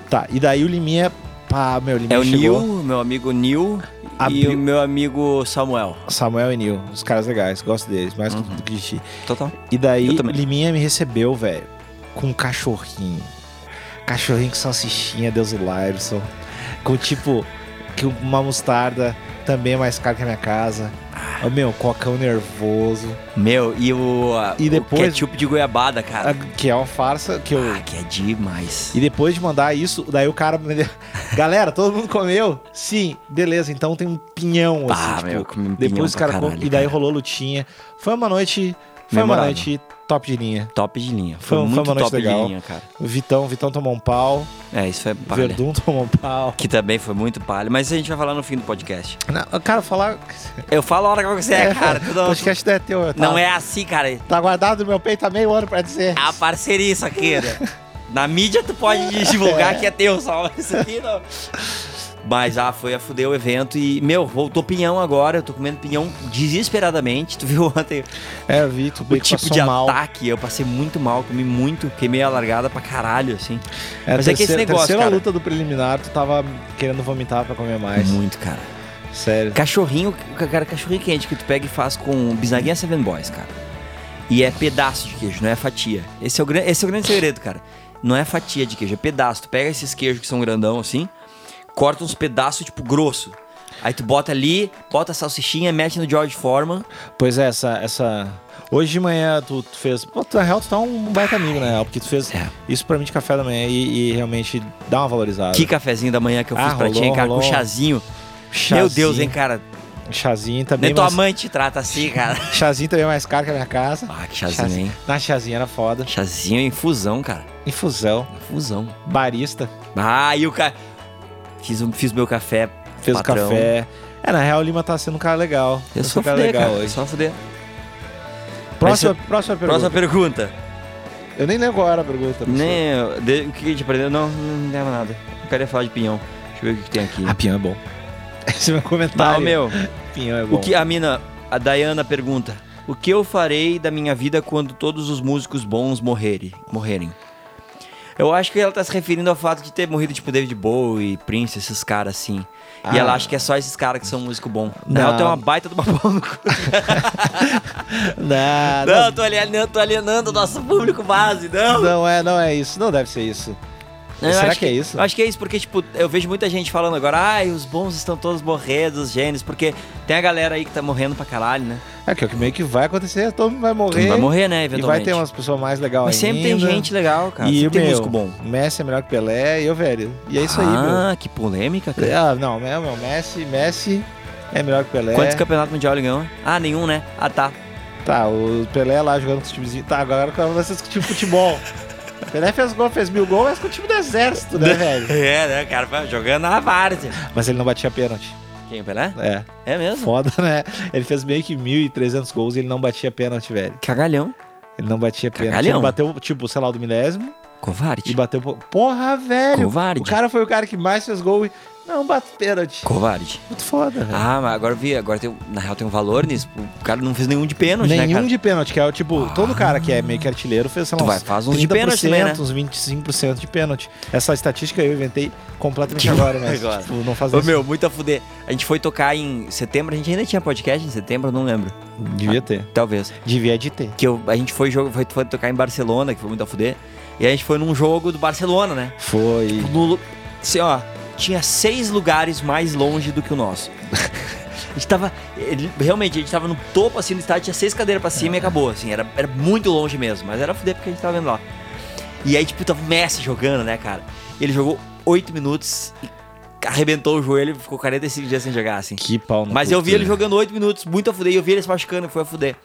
Speaker 2: Tá, e daí o Liminha... Pá, meu, o Liminha
Speaker 1: É o
Speaker 2: chegou...
Speaker 1: Nil, meu amigo Nil e
Speaker 2: Abriu-
Speaker 1: o meu amigo Samuel.
Speaker 2: Samuel e Neil, os caras legais, gosto deles, mais do que de ti.
Speaker 1: Total.
Speaker 2: E daí,
Speaker 1: Uhum. Eu também.
Speaker 2: Liminha me recebeu, velho, com um cachorrinho. Cachorrinho com salsichinha, Deus o Larson. Com tipo, que uma mostarda também é mais cara que a minha casa.
Speaker 1: Ah.
Speaker 2: Ô, meu, cocão nervoso.
Speaker 1: Meu, e o, a-
Speaker 2: E depois-
Speaker 1: o ketchup de goiabada, cara.
Speaker 2: Ah, Que é uma farsa que eu.
Speaker 1: Ah, que é demais.
Speaker 2: E depois de mandar isso, daí o cara. me deu- Galera, todo mundo comeu? Sim, beleza, então tem um pinhão
Speaker 1: Pá,
Speaker 2: assim. tipo,
Speaker 1: meu, comi um pinhão
Speaker 2: Depois o
Speaker 1: pra
Speaker 2: cara. com-
Speaker 1: caralho,
Speaker 2: e daí
Speaker 1: cara.
Speaker 2: rolou lutinha. Foi uma noite Foi uma
Speaker 1: Memorável.
Speaker 2: noite top de linha.
Speaker 1: Top de linha. Foi,
Speaker 2: Foi um- foi
Speaker 1: muito
Speaker 2: uma noite
Speaker 1: top
Speaker 2: legal.
Speaker 1: de linha, cara.
Speaker 2: O Vitão, Vitão tomou um pau.
Speaker 1: É, isso foi palha.
Speaker 2: Verdun tomou um pau.
Speaker 1: Que também foi muito palha. Mas a gente vai falar no fim do podcast.
Speaker 3: Não, cara, falar.
Speaker 1: Eu falo a hora que você é, cara. Tudo...
Speaker 3: O podcast não é teu. Tá,
Speaker 1: Não é assim, cara.
Speaker 3: Tá guardado no meu peito há meio ano pra dizer.
Speaker 1: É a parceria isso aqui, né? Na mídia tu pode divulgar que é teu, só mas isso aqui não. Mas ah, foi a fuder o evento e, meu, voltou pinhão agora. Eu tô comendo pinhão desesperadamente. Tu viu ontem
Speaker 2: É, eu vi, tu
Speaker 1: o
Speaker 2: bem que
Speaker 1: tipo
Speaker 2: passou
Speaker 1: de
Speaker 2: mal.
Speaker 1: ataque? Eu passei muito mal, comi muito, queimei a largada pra caralho, assim. Mas é que esse
Speaker 2: terceira-
Speaker 1: negócio,
Speaker 2: terceira
Speaker 1: cara.
Speaker 2: luta do preliminar, tu tava querendo vomitar pra comer mais.
Speaker 1: Muito, cara.
Speaker 2: Sério.
Speaker 1: Cachorrinho, ca- cara, cachorrinho quente que tu pega e faz com bisnaguinha Seven Boys, cara. E é pedaço de queijo, não é fatia. Esse é o, gran- esse é o grande segredo, cara. Não é fatia de queijo, é pedaço. Tu pega esses queijos que são grandão assim, corta uns pedaços, tipo, grosso. Aí tu bota ali, bota a salsichinha, mete no George Foreman.
Speaker 2: Pois é, essa. essa... Hoje de manhã tu, tu fez. Pô, tu, na real, tu tá um baita amigo, né? Porque tu fez
Speaker 1: É.
Speaker 2: isso pra mim de café da manhã e, e realmente dá uma valorizada.
Speaker 1: Que cafezinho da manhã que eu fiz
Speaker 2: Ah,
Speaker 1: pra ti, hein,
Speaker 2: rolou,
Speaker 1: cara,
Speaker 2: rolou.
Speaker 1: com chazinho.
Speaker 2: Chazinho-
Speaker 1: Meu Deus, hein, cara.
Speaker 2: Chazinho
Speaker 1: Nem
Speaker 2: também.
Speaker 1: tua
Speaker 2: Mas...
Speaker 1: mãe te trata assim, cara.
Speaker 2: Chazinho também é mais caro que a minha casa.
Speaker 1: Ah, que chazinho, hein?
Speaker 2: Na chazinha era foda.
Speaker 1: Chazinho em infusão, cara.
Speaker 2: Infusão.
Speaker 1: Infusão.
Speaker 2: Barista.
Speaker 1: Ah, e o cara. Fiz, o- fiz meu café.
Speaker 2: Fez
Speaker 1: patrão.
Speaker 2: o café. É, na real, o Lima tá sendo um cara legal. Tá
Speaker 1: Eu
Speaker 2: sendo
Speaker 1: sou
Speaker 2: um cara
Speaker 1: fuder,
Speaker 2: legal
Speaker 1: cara. Eu
Speaker 2: hoje.
Speaker 1: sou fuder.
Speaker 2: Próxima, próxima pergunta.
Speaker 1: Próxima pergunta.
Speaker 2: Eu nem lembro agora a pergunta. pessoal.
Speaker 1: Nem, eu- de- o que a gente aprendeu? Não, não lembro nada. Eu queria falar de pinhão. Deixa eu ver o que, que tem aqui.
Speaker 2: Ah, pinhão é bom. Esse é meu
Speaker 1: Ah,
Speaker 2: comentário.
Speaker 1: meu.
Speaker 2: Pinhão é bom.
Speaker 1: O que a mina, a Dayana pergunta: O que eu farei da minha vida quando todos os músicos bons morrerem? morrerem? Eu acho que ela tá se referindo ao fato de ter morrido, tipo, David Bowie, Prince, esses caras assim.
Speaker 2: Ah.
Speaker 1: E ela acha que é só esses caras que são músico bom. Na
Speaker 2: Não.
Speaker 1: real, tem uma baita de uma pau no cu.
Speaker 2: Ah, Não,
Speaker 1: Não, tô alienando, tô alienando o nosso público base, não.
Speaker 2: não, não é, não é isso. Não deve ser isso.
Speaker 1: Eu
Speaker 2: Será
Speaker 1: acho
Speaker 2: que é isso?
Speaker 1: Eu acho que é isso, porque, tipo, eu vejo muita gente falando agora, ai, os bons estão todos morrendo, os gênios, porque tem a galera aí que tá morrendo pra caralho, né?
Speaker 2: É que o que meio que vai acontecer, todo mundo vai
Speaker 1: Todo
Speaker 2: morrer.
Speaker 1: mundo vai morrer, né,
Speaker 2: E
Speaker 1: eventualmente.
Speaker 2: vai ter umas pessoas mais legais
Speaker 1: Mas sempre tem gente legal, cara.
Speaker 2: e
Speaker 1: sempre tem
Speaker 2: meu,
Speaker 1: músico bom.
Speaker 2: Messi é melhor que Pelé e eu, velho. E é isso
Speaker 1: ah, que polêmica,
Speaker 2: aí, meu.
Speaker 1: cara.
Speaker 2: É, Ah, não, meu, meu, Messi, Messi é melhor que Pelé.
Speaker 1: Quantos campeonatos mundial ele ganhou? Ah, nenhum, né? Ah, tá.
Speaker 2: Tá, o Pelé lá jogando com os timezinhos. Tá, agora o cara vai discutir futebol. Pelé fez gol, fez mil gols, mas com o time do exército, né, velho?
Speaker 1: É, né, cara? vai Jogando na várzea.
Speaker 2: Mas ele não batia pênalti.
Speaker 1: Quem, o Pelé?
Speaker 2: É,
Speaker 1: É mesmo?
Speaker 2: foda, né? Ele fez meio que 1.300 gols e ele não batia pênalti, velho.
Speaker 1: Cagalhão.
Speaker 2: Ele não batia pênalti.
Speaker 1: Cagalhão.
Speaker 2: Ele bateu, tipo, sei lá, do milésimo e
Speaker 1: Covarde.
Speaker 2: bateu... po- Porra, velho!
Speaker 1: Covarde.
Speaker 2: O cara foi o cara que mais fez gol e... Não, bate pênalti.
Speaker 1: Covarde.
Speaker 2: Muito foda, velho.
Speaker 1: Ah, mas agora eu vi, agora tem, na real tem um valor nisso. O cara não fez nenhum de pênalti, né,
Speaker 2: Nenhum
Speaker 1: cara?
Speaker 2: de pênalti, que é o tipo, todo cara que é meio que artilheiro fez, sei
Speaker 1: Ah.
Speaker 2: lá,
Speaker 1: Tu vai,
Speaker 2: uns
Speaker 1: faz uns de pênalti também, né?
Speaker 2: uns 25% de pênalti. Essa estatística eu inventei completamente
Speaker 1: Que
Speaker 2: agora, mas
Speaker 1: agora.
Speaker 2: tipo, não faz
Speaker 1: Ô,
Speaker 2: isso.
Speaker 1: meu, muito a fuder. A gente foi tocar em setembro, a gente ainda tinha podcast em setembro, eu não lembro.
Speaker 2: Devia ter.
Speaker 1: Talvez.
Speaker 2: Devia de ter.
Speaker 1: Que eu- a gente foi, jogo, foi, foi tocar em Barcelona, que foi muito a fuder. E a gente foi num jogo do Barcelona, né?
Speaker 2: Foi.
Speaker 1: No, lu- assim, ó, tinha seis lugares mais longe do que o nosso. A gente tava. ele- Realmente, a gente tava no topo assim do estádio, tinha seis cadeiras pra cima e acabou, assim. Era, era muito longe mesmo, mas era fuder porque a gente tava vendo lá. E aí, tipo, tava o Messi jogando, né, cara? Ele jogou oito minutos e arrebentou o joelho e ficou 45 dias sem jogar, assim.
Speaker 2: Que pau no
Speaker 1: Mas
Speaker 2: cu,
Speaker 1: eu vi ele
Speaker 2: né?
Speaker 1: jogando 8 minutos, muito a fuder, e eu vi ele se machucando, foi a fuder.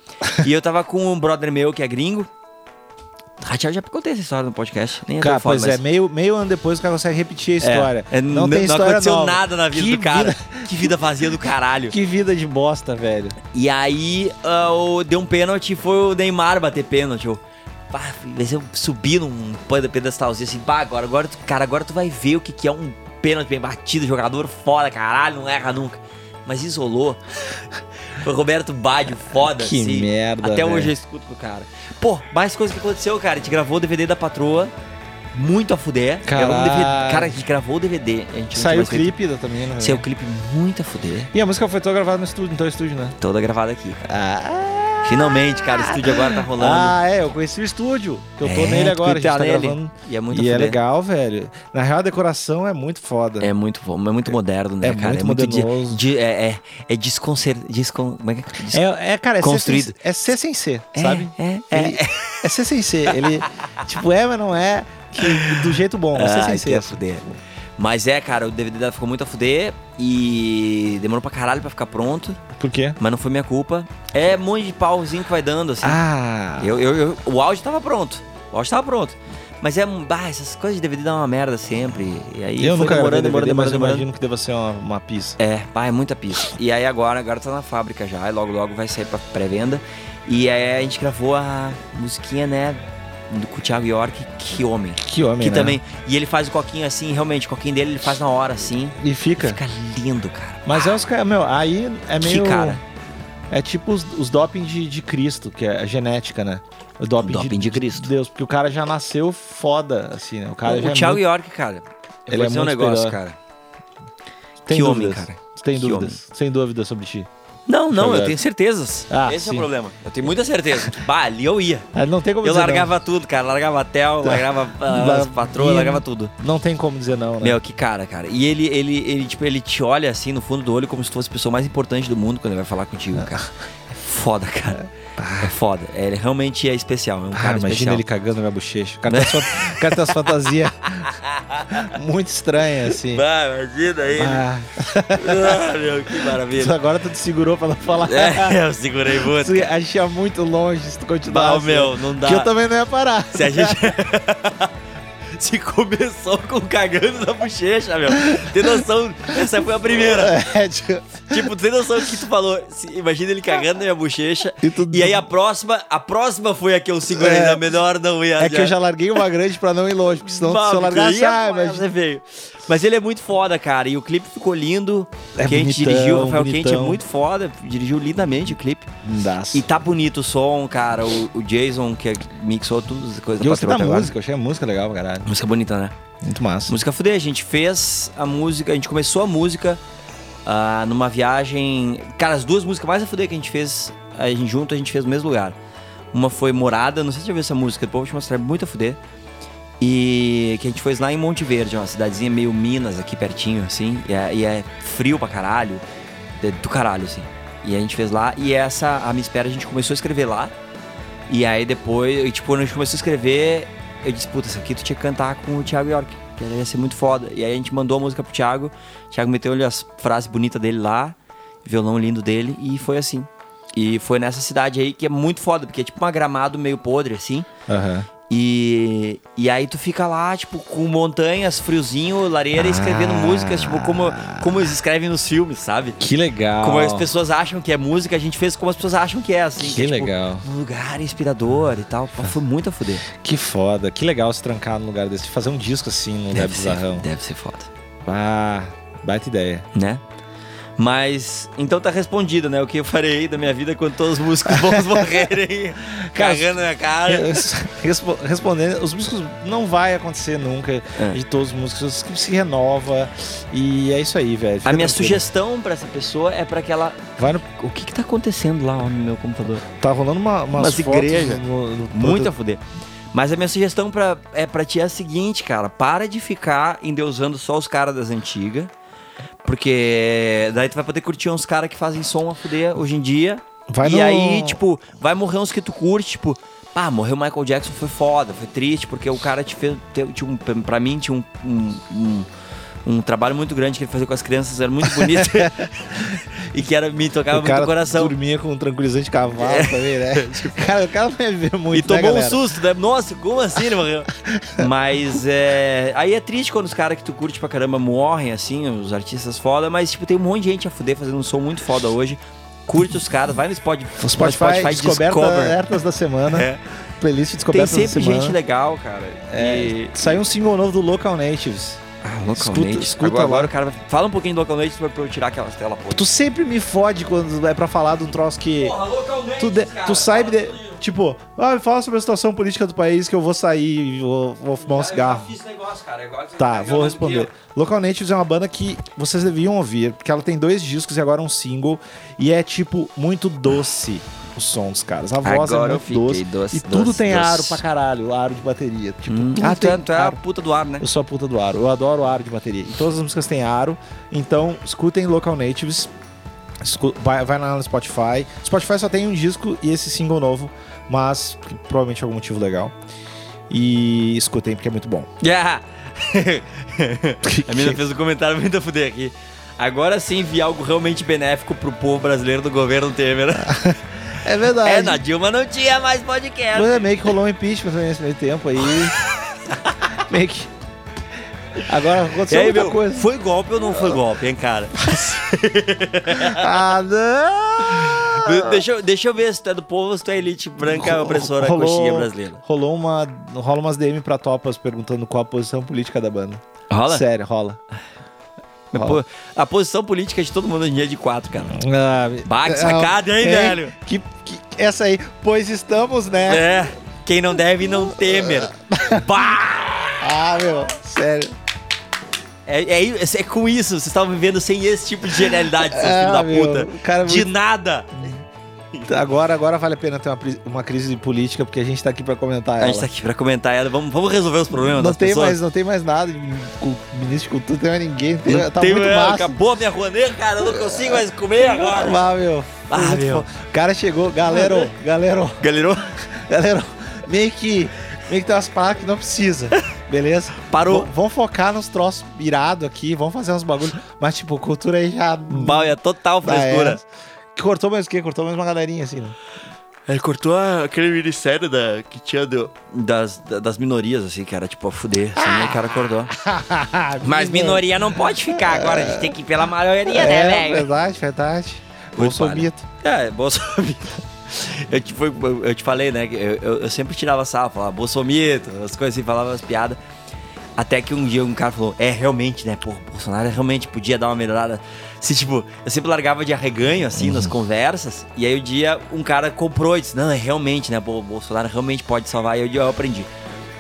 Speaker 1: e eu tava com um brother meu que é gringo. Rachel já contei essa história no podcast, nem
Speaker 2: Cara,
Speaker 1: entrou fora,
Speaker 2: pois é,
Speaker 1: mas-
Speaker 2: meio, meio ano depois o cara consegue repetir a
Speaker 1: É,
Speaker 2: história.
Speaker 1: é,
Speaker 2: não
Speaker 1: n-
Speaker 2: tem história
Speaker 1: aconteceu
Speaker 2: nova.
Speaker 1: nada na vida
Speaker 2: Que
Speaker 1: do cara.
Speaker 2: vida-
Speaker 1: Que vida vazia do caralho.
Speaker 2: Que vida de bosta, velho.
Speaker 1: E aí ah, o- deu um pênalti e foi o Neymar bater pênalti. Eu, pá, mas eu subi num ped- pedestalzinho assim, pá, agora, agora, tu- cara, agora tu vai ver o que, que é um pênalti bem batido, jogador foda, caralho, não erra nunca. Mas isolou. Foi Roberto Baggio, foda,
Speaker 2: Que
Speaker 1: assim.
Speaker 2: merda, né?
Speaker 1: Até hoje
Speaker 2: velho.
Speaker 1: eu escuto pro cara. Pô, mais coisa que aconteceu, cara. A gente gravou o DVD da patroa. Muito a fuder. Gravou um DVD
Speaker 2: Caralho.
Speaker 1: Cara, a gente gravou o DVD. A gente nunca
Speaker 2: Saiu o
Speaker 1: mais fez.
Speaker 2: clipe da também, né?
Speaker 1: Seu clipe muito a fuder.
Speaker 2: E a música foi toda gravada no estúdio, então estúdio, né?
Speaker 1: Toda gravada aqui, cara.
Speaker 2: Ah,
Speaker 1: Finalmente, cara, o estúdio agora tá rolando.
Speaker 2: ah, é, eu conheci o estúdio. Que eu tô
Speaker 1: É,
Speaker 2: nele
Speaker 1: tu
Speaker 2: agora, a gente
Speaker 1: tá
Speaker 2: tá
Speaker 1: nele.
Speaker 2: gravando.
Speaker 1: E é muito
Speaker 2: e
Speaker 1: a
Speaker 2: é
Speaker 1: fuder.
Speaker 2: legal, velho. Na real, a decoração é muito foda.
Speaker 1: É muito bom, é muito moderno, né,
Speaker 2: É
Speaker 1: cara?
Speaker 2: muito
Speaker 1: de-
Speaker 2: modernoso.
Speaker 1: de- é, é, é desconcer... Descon... Como é que é? Des-
Speaker 2: É, é, cara, é
Speaker 1: Construído.
Speaker 2: C sem, é C sem C,
Speaker 1: É,
Speaker 2: sabe?
Speaker 1: É, é.
Speaker 2: Ele- É C sem C. Ele, tipo, é, mas não é que- do jeito bom. É C
Speaker 1: Ah,
Speaker 2: sem
Speaker 1: que é
Speaker 2: C.
Speaker 1: fuder. Mas é, cara, o DVD dela ficou muito a fuder e demorou pra caralho pra ficar pronto,
Speaker 2: Por quê?
Speaker 1: mas não foi minha culpa. É um monte de pauzinho que vai dando, assim.
Speaker 2: Ah!
Speaker 1: Eu, eu, eu- o áudio tava pronto. O áudio tava pronto. Mas é. um- Bah, essas coisas de DVD dão uma merda sempre. E aí
Speaker 2: eu
Speaker 1: foi
Speaker 2: nunca
Speaker 1: demorando, demorando,
Speaker 2: gravei DVD, mas
Speaker 1: demorando,
Speaker 2: eu
Speaker 1: demorando.
Speaker 2: imagino que deva ser uma, uma pista.
Speaker 1: É, pá, é muita pista. E aí agora, agora tá na fábrica já, e logo logo vai sair pra pré-venda. E aí a gente gravou a musiquinha, né? do- Com o Thiago York, que homem.
Speaker 2: Que homem,
Speaker 1: que
Speaker 2: né?
Speaker 1: também. E ele faz o coquinho assim, realmente, o coquinho dele ele faz na hora assim.
Speaker 2: E fica.
Speaker 1: Fica lindo, cara.
Speaker 2: Mas é os caras, meu, aí é
Speaker 1: Que
Speaker 2: meio.
Speaker 1: cara.
Speaker 2: É tipo os, os doping de, de Cristo, que é a genética, né? O doping,
Speaker 1: Doping de Cristo.
Speaker 2: Deus, porque o cara já nasceu foda, assim, né? O cara
Speaker 1: o
Speaker 2: já
Speaker 1: Thiago
Speaker 2: é muito...
Speaker 1: York, cara. Eu
Speaker 2: Ele
Speaker 1: vou
Speaker 2: é
Speaker 1: dizer um
Speaker 2: muito
Speaker 1: negócio,
Speaker 2: superior.
Speaker 1: cara.
Speaker 2: Tem
Speaker 1: é que homem,
Speaker 2: dúvidas.
Speaker 1: cara.
Speaker 2: Tu Tem
Speaker 1: Que
Speaker 2: dúvidas. Sem dúvida sobre ti.
Speaker 1: Não, não,
Speaker 2: Thiago
Speaker 1: eu
Speaker 2: York.
Speaker 1: tenho certezas.
Speaker 2: Ah,
Speaker 1: Esse é
Speaker 2: sim.
Speaker 1: o problema. Eu tenho muita certeza. Que, bah, ali eu ia.
Speaker 2: Ah, Não Tá. tem como
Speaker 1: Eu
Speaker 2: dizer
Speaker 1: largava tudo, cara. Largava a Tel, largava ah, as
Speaker 2: Largava-
Speaker 1: patroas, largava tudo.
Speaker 2: não. Não tem como dizer não, né?
Speaker 1: Meu, que cara, cara. E ele, ele, ele, tipo, ele te olha assim no fundo do olho como se fosse a pessoa mais importante do mundo quando ele vai falar contigo, cara. É foda, cara. É foda. É, Ele realmente é especial. É um
Speaker 2: Ah,
Speaker 1: cara
Speaker 2: imagina
Speaker 1: especial.
Speaker 2: ele cagando na minha bochecha. O cara tem as fan- o cara tem as fantasias muito estranhas, assim.
Speaker 1: Bah, imagina ele.
Speaker 2: Ah,
Speaker 1: Ah, meu, que
Speaker 2: tu
Speaker 1: maravilha.
Speaker 2: agora tu te segurou pra não falar.
Speaker 1: É, eu segurei muito.
Speaker 2: Tu ia- a gente ia muito longe se tu
Speaker 1: Bah,
Speaker 2: continuasse.
Speaker 1: meu, não dá.
Speaker 2: Que eu também não ia parar.
Speaker 1: Se a gente. Se começou com cagando na bochecha, meu. Tem noção? Essa foi a primeira.
Speaker 2: É, tipo,
Speaker 1: Tipo, tem noção do que tu falou. Se- imagina ele cagando na minha bochecha.
Speaker 2: e tu-
Speaker 1: E aí a próxima, a próxima foi a que eu segurei
Speaker 2: É.
Speaker 1: na menor, não ia.
Speaker 2: É que eu já larguei uma grande pra não Ah, ir longe, porque senão
Speaker 1: Bah,
Speaker 2: se eu largar,
Speaker 1: ia
Speaker 2: sai,
Speaker 1: fora,
Speaker 2: mas...
Speaker 1: né, velho? Mas ele é muito foda, cara. E o clipe ficou lindo.
Speaker 2: É
Speaker 1: Quem
Speaker 2: bonitão,
Speaker 1: dirigiu, o Rafael Quente, é
Speaker 2: bonitão.
Speaker 1: muito foda. Dirigiu lindamente o clipe.
Speaker 2: Não dá.
Speaker 1: E tá bonito o som, cara. O, o Jason, que é- mixou todas as coisas
Speaker 2: E eu gostei é da
Speaker 1: Patriota agora.
Speaker 2: música, eu achei a música legal pra caralho.
Speaker 1: Música bonita, né?
Speaker 2: Muito massa.
Speaker 1: Música fuder, a gente fez a música, a gente começou a música ah, numa viagem. Cara, as duas músicas mais a fuder que a gente fez a gente, junto, a gente fez no mesmo lugar. Uma foi Morada, não sei se você já viu essa música, depois eu vou te mostrar, é muito a fuder. E que a gente fez lá em Monte Verde, uma cidadezinha meio Minas, aqui pertinho, assim. E é, e é frio pra caralho, é do caralho, assim. E a gente fez lá, e essa, a Me Espera, a gente começou a escrever lá. E aí depois, e, tipo, quando a gente começou a escrever, eu disse, puta, isso aqui tu tinha que cantar com o Thiago York, que ia ser muito foda. E aí a gente mandou a música pro Thiago, o Thiago meteu ali as frases bonitas dele lá, violão lindo dele, e foi assim. E foi nessa cidade aí que é muito foda, porque é tipo uma gramado meio podre, assim.
Speaker 2: Aham.
Speaker 1: E, e aí tu fica lá, tipo, com montanhas, friozinho, lareira,
Speaker 2: Ah.
Speaker 1: escrevendo músicas, tipo, como, como eles escrevem nos filmes, sabe?
Speaker 2: Que legal.
Speaker 1: Como as pessoas acham que é música, a gente fez como as pessoas acham que é, assim.
Speaker 2: Que
Speaker 1: é, tipo,
Speaker 2: legal.
Speaker 1: Um lugar inspirador e tal. Pô, Foi muito a fuder.
Speaker 2: Que foda, que legal se trancar num lugar desse, fazer um disco assim num lugar
Speaker 1: ser,
Speaker 2: bizarrão.
Speaker 1: deve ser foda.
Speaker 2: Ah, baita ideia.
Speaker 1: Né? Mas, então tá respondido, né? O que eu farei da minha vida quando todos os músicos bons morrerem, cagando na minha cara.
Speaker 2: Respo- Respondendo, os músicos não vai acontecer nunca
Speaker 1: É.
Speaker 2: de todos os músicos que se renova e é isso aí, velho.
Speaker 1: A
Speaker 2: Fica
Speaker 1: minha
Speaker 2: tranquilo.
Speaker 1: sugestão pra essa pessoa é pra que ela.
Speaker 2: vai no,
Speaker 1: O que que tá acontecendo lá ó, no meu computador?
Speaker 2: tá rolando uma umas
Speaker 1: Umas
Speaker 2: fotos
Speaker 1: igreja.
Speaker 2: no, no-
Speaker 1: Muito a fuder. Mas a minha sugestão pra, é pra ti é a seguinte, cara. Para de ficar endeusando só os caras das antigas. Porque daí tu vai poder curtir uns caras que fazem som a fuder hoje em dia.
Speaker 2: Vai
Speaker 1: e
Speaker 2: no-
Speaker 1: aí, tipo, vai morrer uns que tu curte, tipo... Ah, morreu o Michael Jackson, foi foda, foi triste, porque o cara te fez... te- Tinha um, pra mim, tinha um... um- um- um trabalho muito grande que ele fazia com as crianças, era muito bonito. e que era, me tocava
Speaker 2: o
Speaker 1: muito
Speaker 2: cara
Speaker 1: o coração. É.
Speaker 2: dormia com um tranquilizante de cavalo também, né? cara, o cara não ia ver muito,
Speaker 1: e tomou
Speaker 2: né,
Speaker 1: um
Speaker 2: galera?
Speaker 1: susto, né? Nossa, como assim ele morreu? mas é. Aí é triste quando os caras que tu curte pra caramba morrem, assim, os artistas foda, mas tipo, tem um monte de gente a fuder fazendo um som muito foda hoje. Curte os caras, vai no Spotify,
Speaker 2: O Spotify,
Speaker 1: no Spotify
Speaker 2: descoberta
Speaker 1: Discover.
Speaker 2: alertas da semana,
Speaker 1: É.
Speaker 2: playlist
Speaker 1: Tem
Speaker 2: descobertas da
Speaker 1: sempre
Speaker 2: semana.
Speaker 1: gente né, legal, cara. E...
Speaker 2: Saiu um single novo do Local Natives.
Speaker 1: Ah,
Speaker 2: Escuta-
Speaker 1: Native.
Speaker 2: escuta
Speaker 1: agora, agora
Speaker 2: lá.
Speaker 1: o cara vai- fala um pouquinho do Local Native pra pra eu tirar aquelas telas podres.
Speaker 2: Tu sempre me fode quando é pra falar de um troço que.
Speaker 1: Local Native,
Speaker 2: tu, de- tu sabe. de- tipo, ah, me fala sobre a situação política do país que eu vou sair e vou, vou fumar um cigarro. Tá, vou responder. Local Natives é uma banda que vocês deviam ouvir, porque ela tem dois discos e agora um single. E é, tipo, muito doce o som dos caras. A voz
Speaker 1: Agora
Speaker 2: é
Speaker 1: eu
Speaker 2: muito
Speaker 1: fiquei
Speaker 2: doce.
Speaker 1: doce,
Speaker 2: E tudo
Speaker 1: doce,
Speaker 2: tem
Speaker 1: doce.
Speaker 2: aro pra caralho, aro de bateria. Tipo,
Speaker 1: Hum.
Speaker 2: tudo
Speaker 1: Ah, tu é,
Speaker 2: tem
Speaker 1: tu é a
Speaker 2: aro.
Speaker 1: puta do ar, né?
Speaker 2: Eu sou a puta do aro. Eu adoro aro de bateria. E todas as músicas têm aro. Então, escutem Local Natives. Escu- Vai, vai lá no Spotify. Spotify só tem um disco e esse single novo. Mas provavelmente algum motivo legal. E escutem porque é muito bom.
Speaker 1: Yeah. A mina fez um comentário muito a fuder aqui. Agora sim vi algo realmente benéfico pro povo brasileiro do governo Temer.
Speaker 2: É verdade.
Speaker 1: É, na Dilma não tinha mais podcast.
Speaker 2: Mas é meio que rolou um impeachment também nesse meio tempo aí. meio que. Agora
Speaker 1: E
Speaker 2: aconteceu
Speaker 1: aí,
Speaker 2: muita
Speaker 1: meu,
Speaker 2: coisa.
Speaker 1: foi golpe ou não foi golpe, hein, cara?
Speaker 2: Ah, não!
Speaker 1: deixa, eu- deixa eu ver se tu é do povo ou se tu é elite branca opressora
Speaker 2: Rolou-
Speaker 1: coxinha brasileira.
Speaker 2: Rolou uma, rola umas DM pra topas perguntando qual a posição política da banda.
Speaker 1: Rola?
Speaker 2: Sério, rola.
Speaker 1: Mas, pô, A posição política de todo mundo hoje em dia é de quatro, cara.
Speaker 2: Ah,
Speaker 1: Bah, que
Speaker 3: É,
Speaker 1: sacada, hein,
Speaker 3: Ei,
Speaker 1: velho?
Speaker 3: Que, que- essa aí, pois estamos, né?
Speaker 1: É. Quem não deve, não temer. Bah!
Speaker 3: Ah, meu, sério.
Speaker 1: É, é, isso- é com isso, vocês estavam vivendo sem esse tipo de genialidade, seus
Speaker 2: É,
Speaker 1: filhos da
Speaker 2: meu,
Speaker 1: puta.
Speaker 2: o cara é
Speaker 1: de
Speaker 2: muito-
Speaker 1: nada.
Speaker 2: agora, agora vale a pena ter uma, pri- uma crise de política, porque a gente tá aqui pra comentar
Speaker 1: A
Speaker 2: ela.
Speaker 1: gente tá aqui pra comentar ela. Vamos, vamos resolver os problemas
Speaker 2: não,
Speaker 1: das
Speaker 2: tem
Speaker 1: pessoas.
Speaker 2: mais, não tem mais nada de cu- ministro de cultura, não tem mais ninguém. tem-
Speaker 1: Não
Speaker 2: tá
Speaker 1: tem
Speaker 2: muito
Speaker 1: mais,
Speaker 2: massa.
Speaker 1: Acabou a minha ruaneira, cara. Eu não consigo mais comer agora.
Speaker 2: Ah, meu.
Speaker 1: Ah,
Speaker 2: Foi muito
Speaker 1: meu.
Speaker 2: fo- O cara chegou, galera, ô, galera, ô,
Speaker 1: Galerou?
Speaker 2: galera, ô, meio que, meio que tem umas palavras que não precisa, beleza?
Speaker 1: Parou.
Speaker 2: V- vamos focar nos troços irado aqui, vamos fazer uns bagulho, mas tipo, cultura aí já...
Speaker 1: Balha, total
Speaker 2: já era.
Speaker 1: frescura.
Speaker 2: Cortou mais o quê? Cortou mais uma galerinha, assim, né?
Speaker 4: Ele
Speaker 1: É,
Speaker 4: cortou a- aquele ministério da, que tinha do.
Speaker 1: Das, da- das minorias, assim, que era tipo a fuder. Assim, o cara acordou. Mas
Speaker 2: Menino.
Speaker 1: minoria não pode ficar agora. A gente tem que ir pela maioria, né,
Speaker 2: É,
Speaker 1: velho?
Speaker 2: verdade, verdade.
Speaker 1: Muito
Speaker 2: Bolsomito.
Speaker 1: É, Bolsomito. Eu te, fui- eu- eu te falei, né? que Eu, eu- eu sempre tirava sarro, falava Bolsomito, as coisas assim, falava as piadas. Até que um dia um cara falou, é realmente, né? Pô, Bolsonaro realmente podia dar uma melhorada. Se, tipo, eu sempre largava de arreganho, assim, nas
Speaker 2: Uhum.
Speaker 1: conversas. E aí um dia um cara comprou e disse, não, é realmente, né? Pô, o Bolsonaro realmente pode salvar. E aí eu aprendi.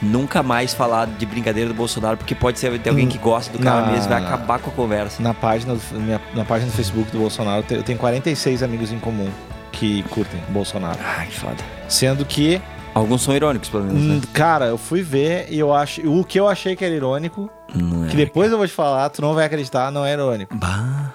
Speaker 1: Nunca mais falar de brincadeira do Bolsonaro, porque pode ser ter alguém que gosta do cara
Speaker 2: Hum. Não.
Speaker 1: mesmo, vai acabar com a conversa.
Speaker 2: Na página, do- minha- na página do Facebook do Bolsonaro, eu te- eu tenho 46 amigos em comum que curtem Bolsonaro.
Speaker 1: Ai, que foda.
Speaker 2: Sendo que
Speaker 1: Alguns são irônicos, pelo menos,
Speaker 2: Hum,
Speaker 1: né?
Speaker 2: Cara, eu fui ver e eu acho. O que eu achei que era irônico,
Speaker 1: Não é.
Speaker 2: que depois eu vou te falar, tu não vai acreditar, não é irônico.
Speaker 1: Bah,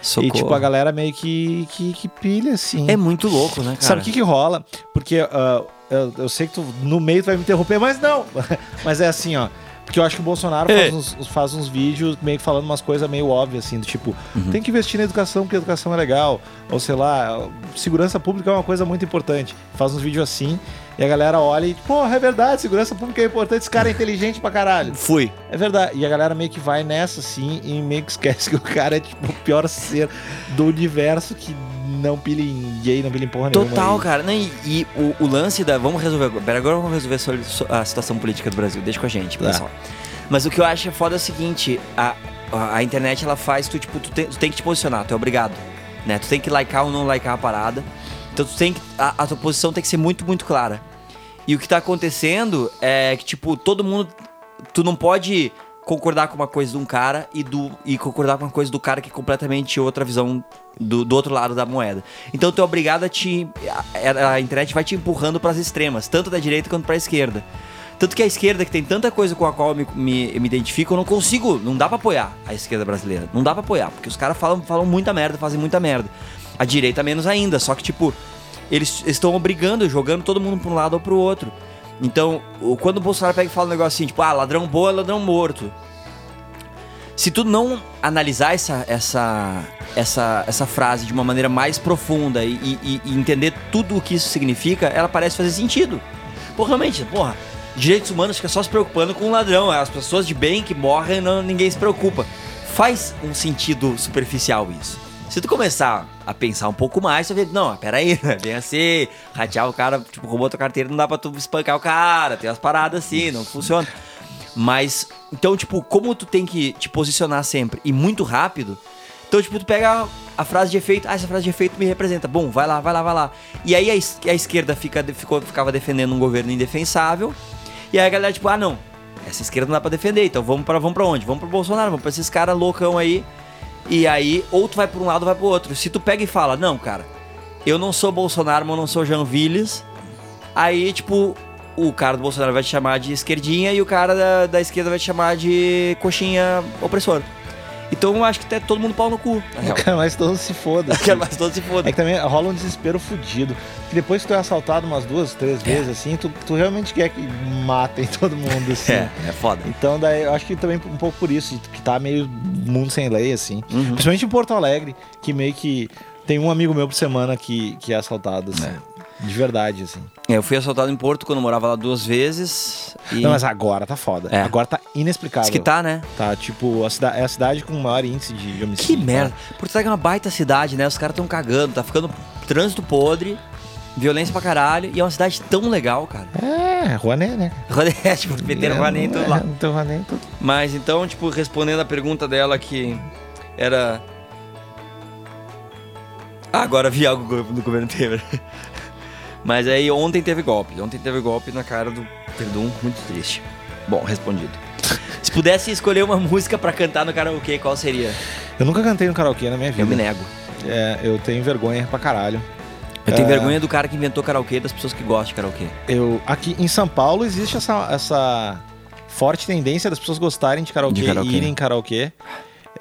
Speaker 1: socorro.
Speaker 2: E tipo, a galera meio que, que, que pilha, assim.
Speaker 1: É muito louco, né, cara?
Speaker 2: Sabe o que, que rola? Porque ah, eu, eu sei que tu no meio tu vai me interromper, mas não! mas é assim, ó. Porque eu acho que o Bolsonaro
Speaker 1: Ei.
Speaker 2: faz uns, faz uns vídeos meio que falando umas coisas meio óbvias, assim, do tipo,
Speaker 1: Uhum.
Speaker 2: tem que investir na educação porque a educação é legal. Ou sei lá, segurança pública é uma coisa muito importante. Faz uns vídeos assim e a galera olha e, porra, é verdade, segurança pública é importante, esse cara é inteligente pra caralho.
Speaker 1: Fui.
Speaker 2: É verdade. E a galera meio que vai nessa, assim, e meio que esquece que o cara é, tipo, o pior ser do universo que não pilha em gay, não pilha em porra nenhuma.
Speaker 1: Total,
Speaker 2: E-
Speaker 1: cara. Não, e e o, o lance da. Vamos resolver agora. Pera, agora vamos resolver sobre so- a situação política do Brasil. Deixa com a gente,
Speaker 2: Tá.
Speaker 1: pessoal. Mas o que eu acho foda é o seguinte: a, a, a internet ela faz, tu, tipo, tu, tem- tu tem que te posicionar, tu é obrigado. Né? Tu tem que likear ou não likear a parada. Então tu tem que. A, a tua posição tem que ser muito, muito clara. E o que tá acontecendo é que, tipo, todo mundo. Tu não pode concordar com uma coisa de um cara e, do, e concordar com uma coisa do cara que é completamente outra visão do, do outro lado da moeda. Então tu é obrigado a te. A, a internet vai te empurrando pras extremas, tanto da direita quanto pra esquerda. Tanto que a esquerda, que tem tanta coisa com a qual eu me, me, me identifico, eu não consigo, não dá pra apoiar a esquerda brasileira. Não dá pra apoiar, porque os caras falam, falam muita merda, fazem muita merda. A direita menos ainda, só que tipo, eles estão obrigando, jogando todo mundo pra um lado ou pro outro. Então, o- quando o Bolsonaro pega e fala um negócio assim, tipo, ah, ladrão bom é ladrão morto. Se tu não analisar essa, essa, essa, essa frase de uma maneira mais profunda e, e- e entender tudo o que isso significa, ela parece fazer sentido. Pô, realmente, porra, direitos humanos fica só se preocupando com o ladrão. As pessoas de bem que morrem, não, ninguém se preocupa. Faz um sentido superficial isso. Se tu começar a pensar um pouco mais, tu vai ver, não, peraí, não é bem assim, ratear o cara, tipo, roubou tua carteira, não dá pra tu espancar o cara, tem umas paradas assim, não funciona. Mas, então, tipo, como tu tem que te posicionar sempre e muito rápido, então, tipo, tu pega a frase de efeito, ah, essa frase de efeito me representa. Bom, vai lá, vai lá, vai lá. E aí a, es- a esquerda fica, ficou, ficava defendendo um governo indefensável. E aí a galera, tipo, ah, não, essa esquerda não dá pra defender, então vamos pra, vamos pra onde? Vamos pro Bolsonaro, vamos pra esses caras loucão aí. E aí, ou tu vai pra um lado ou vai pro outro. Se tu pega e fala, não, cara, eu não sou Bolsonaro, mas eu não sou Janvilles. Aí, tipo, o cara do Bolsonaro vai te chamar de esquerdinha e o cara da, da esquerda vai te chamar de coxinha opressor. Então eu acho que até todo mundo pau no cu, na real.
Speaker 2: Cara, mas todos se foda.
Speaker 1: Eu quero mais todos se foda.
Speaker 2: É que também rola um desespero fudido. Que depois que tu é assaltado umas duas,
Speaker 1: É.
Speaker 2: três vezes, assim, tu, tu realmente quer que matem todo mundo, assim.
Speaker 1: É, é foda.
Speaker 2: Então, daí, eu acho que também um pouco por isso, que tá meio mundo sem lei, assim.
Speaker 1: Uhum.
Speaker 2: Principalmente em Porto Alegre, que meio que tem um amigo meu por semana que, que é assaltado, assim. De verdade, assim.
Speaker 1: É, eu fui assaltado em Porto quando eu morava lá duas vezes. E...
Speaker 2: Não, mas agora tá foda.
Speaker 1: É.
Speaker 2: Agora tá inexplicável.
Speaker 1: Diz que tá, né?
Speaker 2: Tá, tipo, a cida- é a cidade com o maior índice de
Speaker 1: Que
Speaker 2: homicídio. tá?
Speaker 1: merda. Porto Alegre é uma baita cidade, né? Os caras tão cagando, tá ficando trânsito podre, violência pra caralho, e é uma cidade tão legal, cara.
Speaker 2: É, Rouanet, né?
Speaker 1: É, tipo, meteram
Speaker 2: É,
Speaker 1: é, nem tudo lá.
Speaker 2: é, Então, Rouanet, tudo.
Speaker 1: Mas então, tipo, respondendo a pergunta dela que era. Ah, agora vi algo go- do governo Temer. Mas aí ontem teve golpe. Ontem teve golpe na cara do Perdum, muito triste. Bom, respondido. Se pudesse escolher uma música pra cantar no karaokê, qual seria?
Speaker 2: Eu nunca cantei no karaokê na minha vida.
Speaker 1: Eu me nego.
Speaker 2: É, eu tenho vergonha pra caralho.
Speaker 1: Eu
Speaker 2: É.
Speaker 1: tenho vergonha do cara que inventou karaokê e das pessoas que gostam de karaokê.
Speaker 2: Eu, aqui em São Paulo existe essa, essa forte tendência das pessoas gostarem de karaokê,
Speaker 1: De karaokê.
Speaker 2: e irem em karaokê.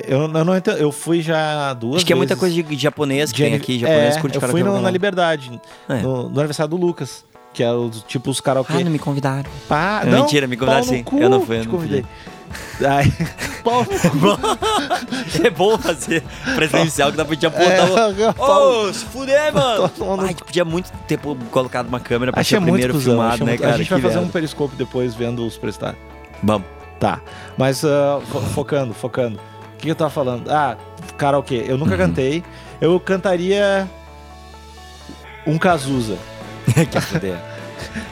Speaker 2: Eu, eu não entendo, eu fui já duas
Speaker 1: Acho que é muita
Speaker 2: vezes.
Speaker 1: coisa de, de japonês que
Speaker 2: De
Speaker 1: tem
Speaker 2: ani-
Speaker 1: aqui, japonês
Speaker 2: é,
Speaker 1: curte
Speaker 2: Eu
Speaker 1: karaokê.
Speaker 2: fui no-
Speaker 1: não.
Speaker 2: na Liberdade,
Speaker 1: É.
Speaker 2: no, no aniversário do Lucas, que é o, tipo os karaokê.
Speaker 1: Ah, não me convidaram.
Speaker 2: Pá,
Speaker 1: Não, mentira, me convidaram
Speaker 2: pau no
Speaker 1: sim.
Speaker 2: cu,
Speaker 1: Eu não fui, eu
Speaker 2: te
Speaker 1: não
Speaker 2: convidei. Ai, pau no cu.
Speaker 1: É bom fazer presencial que dá pra gente apontar o-
Speaker 2: É, pau-
Speaker 1: Ô, se fuder, mano!
Speaker 2: tomando- um-
Speaker 1: Ai, tu podia muito ter pô- colocado uma câmera pra ser
Speaker 2: Achei
Speaker 1: o
Speaker 2: muito
Speaker 1: primeiro
Speaker 2: cuzão,
Speaker 1: filmado,
Speaker 2: achei
Speaker 1: né,
Speaker 2: muito-
Speaker 1: cara?
Speaker 2: A gente vai
Speaker 1: Que
Speaker 2: fazer um
Speaker 1: merda.
Speaker 2: periscope depois vendo os prestar.
Speaker 1: Vamos.
Speaker 2: Tá. Mas ah, fo- focando, focando. O que que eu tava falando? Ah, karaokê. Eu
Speaker 1: Uhum.
Speaker 2: nunca cantei. Eu cantaria um Cazuza,
Speaker 1: que fuder.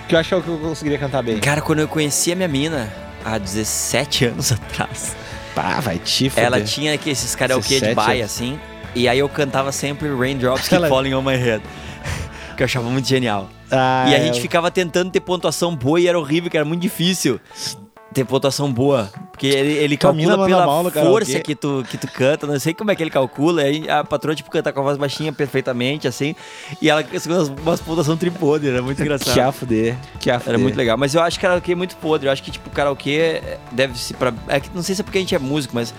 Speaker 2: que eu acho que é o que eu conseguiria cantar bem.
Speaker 1: Cara, quando eu conheci a minha mina, há 17 anos atrás,
Speaker 2: Pá, vai te
Speaker 1: ela tinha aqui esses karaokê de
Speaker 2: 17
Speaker 1: baia,
Speaker 2: anos.
Speaker 1: assim, e aí eu cantava sempre Raindrops Keep
Speaker 2: Ela-
Speaker 1: Falling On My Head. Que eu achava muito genial.
Speaker 2: Ah,
Speaker 1: e a gente
Speaker 2: é.
Speaker 1: ficava tentando ter pontuação boa e era horrível, que era muito difícil ter pontuação boa. Porque ele, ele
Speaker 2: Tua mina
Speaker 1: calcula
Speaker 2: manda
Speaker 1: pela
Speaker 2: mal no karaokê.
Speaker 1: força que tu, que tu canta, não sei como é que ele calcula. Aí a patroa, tipo, canta com a voz baixinha perfeitamente, assim. E ela conseguiu umas, umas pontuação tripodre, era muito engraçado.
Speaker 2: Que a fuder. Que a fuder.
Speaker 1: Era é muito legal. Mas eu acho karaokê muito podre. Eu acho que, tipo, karaokê deve ser pra. É que não sei se é porque a gente é músico, mas.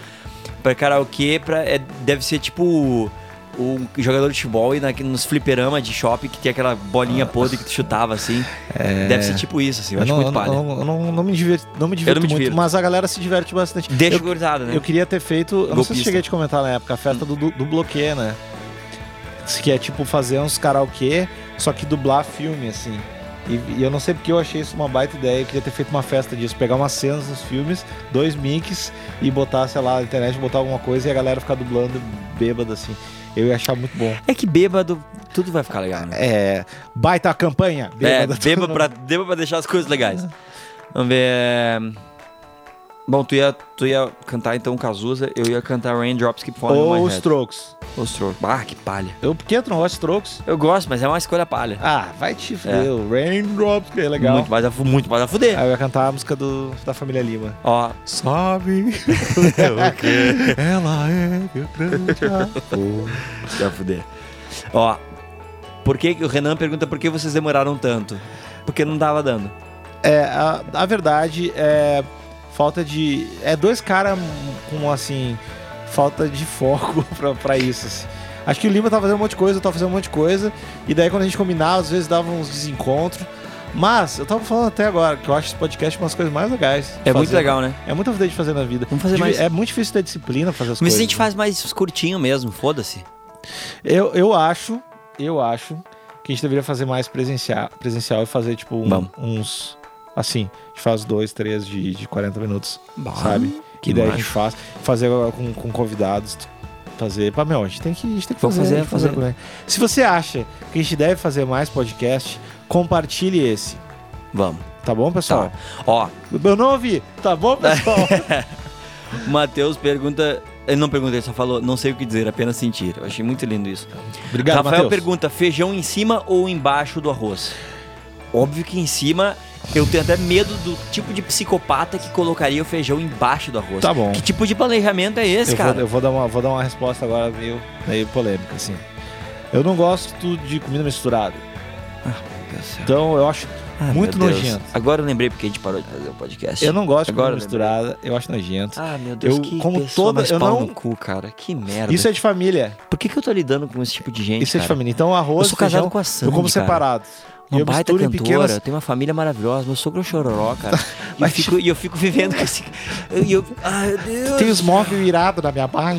Speaker 1: Pra karaokê pra, é- deve ser tipo. Um jogador de futebol e na, nos fliperama de shopping que tem aquela bolinha podre que tu chutava assim. Deve ser tipo isso, assim. Eu, acho
Speaker 2: não,
Speaker 1: muito
Speaker 2: Ah. É. eu
Speaker 1: palha.
Speaker 2: não, eu não, não me divirto, não me divirto
Speaker 1: me
Speaker 2: muito,
Speaker 1: divirto.
Speaker 2: mas a galera se diverte bastante.
Speaker 1: Deixa
Speaker 2: eu,
Speaker 1: gurizada, né?
Speaker 2: eu queria ter feito. Eu não sei se
Speaker 1: Golpista.
Speaker 2: cheguei a te comentar na época, a festa do, do, do bloqueio, né? Que é tipo fazer uns karaokê, só que dublar filme, assim. E, e eu não sei porque eu achei isso uma baita ideia. Eu queria ter feito uma festa disso, pegar umas cenas dos filmes, dois mics e botar, sei lá, na internet, botar alguma coisa e a galera ficar dublando bêbada, assim. Eu ia achar muito bom.
Speaker 1: É que bêbado, tudo vai ficar legal, né?
Speaker 2: É. Baita campanha!
Speaker 1: É,
Speaker 2: Bêbada.
Speaker 1: beba pra, beba pra deixar as coisas legais. Vamos ver. é, Bom, tu ia, tu ia cantar então Cazuza, eu ia cantar Raindrops Keep Falling on
Speaker 2: Ou
Speaker 1: My
Speaker 2: os
Speaker 1: Head.
Speaker 2: trocos.
Speaker 1: Os tro- Ah, que palha.
Speaker 2: Eu, por que tu não gosta de trocos?
Speaker 1: Eu gosto, mas é uma escolha palha.
Speaker 2: Ah, vai te
Speaker 1: É.
Speaker 2: fuder. o Raindrops, que é legal. Ah.
Speaker 1: Muito mais a, fu- muito mais a fuder.
Speaker 2: Aí eu ia cantar a música do, da família Lima.
Speaker 1: Ó,
Speaker 2: Sabe? Ela é meu grande amor.
Speaker 1: já fuder. Ó, por que que o Renan pergunta por que vocês demoraram tanto? Porque não tava dando.
Speaker 2: É, a, a verdade é falta de. É dois caras com assim. Falta de foco pra, pra isso. assim. Acho que o Lima tá fazendo um monte de coisa, eu tava fazendo um monte de coisa. E daí quando a gente combinava, às vezes dava uns desencontros. Mas, eu tava falando até agora que eu acho esse podcast uma das coisas mais legais. de
Speaker 1: É muito
Speaker 2: fazer.
Speaker 1: legal, né?
Speaker 2: É muita vida de fazer na vida.
Speaker 1: Vamos fazer
Speaker 2: Divi-
Speaker 1: mais.
Speaker 2: É muito difícil ter disciplina pra fazer as
Speaker 1: Mas
Speaker 2: coisas.
Speaker 1: a gente
Speaker 2: né?
Speaker 1: faz mais curtinho mesmo, foda-se.
Speaker 2: Eu, eu acho, eu acho que a gente deveria fazer mais presencial, presencial e fazer, tipo, um-
Speaker 1: Vamos.
Speaker 2: uns. Assim, a gente faz dois, três de, de 40 minutos,
Speaker 1: Bah,
Speaker 2: sabe?
Speaker 1: que
Speaker 2: e daí a gente
Speaker 1: macho.
Speaker 2: faz. Fazer com, com convidados. Fazer. Pá, meu, a gente tem que, a gente tem que
Speaker 1: Vamos
Speaker 2: fazer.
Speaker 1: fazer,
Speaker 2: a gente fazer
Speaker 1: fazer.
Speaker 2: com ele. Se você acha que a gente deve fazer mais podcast, compartilhe esse.
Speaker 1: Vamos.
Speaker 2: Tá bom, pessoal?
Speaker 1: Tá. Ó,
Speaker 2: Eu não ouvi. Tá bom, pessoal?
Speaker 1: o Matheus pergunta. Ele não pergunta, ele só falou, não sei o que dizer, apenas sentir. Eu achei muito lindo isso.
Speaker 2: Obrigado,
Speaker 1: Rafael
Speaker 2: Matheus.
Speaker 1: pergunta: feijão em cima ou embaixo do arroz? Óbvio que em cima. Eu tenho até medo do tipo de psicopata que colocaria o feijão embaixo do arroz.
Speaker 2: Tá bom.
Speaker 1: Que tipo de planejamento é esse,
Speaker 2: eu
Speaker 1: cara?
Speaker 2: Vou, eu vou dar uma, vou dar uma resposta agora meio, meio polêmica, assim. Eu não gosto de comida misturada.
Speaker 1: Meu Deus do céu.
Speaker 2: Então eu acho
Speaker 1: Ah,
Speaker 2: Muito
Speaker 1: meu Deus.
Speaker 2: nojento.
Speaker 1: Agora eu lembrei porque a gente parou de fazer o podcast.
Speaker 2: Eu não gosto de
Speaker 1: Agora né?
Speaker 2: comida misturada, eu acho nojento.
Speaker 1: Ah, meu Deus,
Speaker 2: Eu,
Speaker 1: que
Speaker 2: como
Speaker 1: pessoa
Speaker 2: toda-
Speaker 1: mais
Speaker 2: eu
Speaker 1: pau
Speaker 2: não-
Speaker 1: no cu, cara. Que merda.
Speaker 2: Isso é de família.
Speaker 1: Por que, que eu tô lidando com esse tipo de gente,
Speaker 2: Isso é de
Speaker 1: cara?
Speaker 2: família. Então, arroz,
Speaker 1: Eu sou casado
Speaker 2: feijão,
Speaker 1: com a Sandy,
Speaker 2: eu como
Speaker 1: cara.
Speaker 2: separado.
Speaker 1: Uma
Speaker 2: e eu
Speaker 1: baita
Speaker 2: misturo
Speaker 1: cantora,
Speaker 2: em pequenas...
Speaker 1: tem uma família maravilhosa, meu sogro é um chororó, cara. E eu,
Speaker 2: Mas-
Speaker 1: fico, e eu fico vivendo com esse... E eu... Ai, meu Deus.
Speaker 2: Tem os móveis irados na minha barra.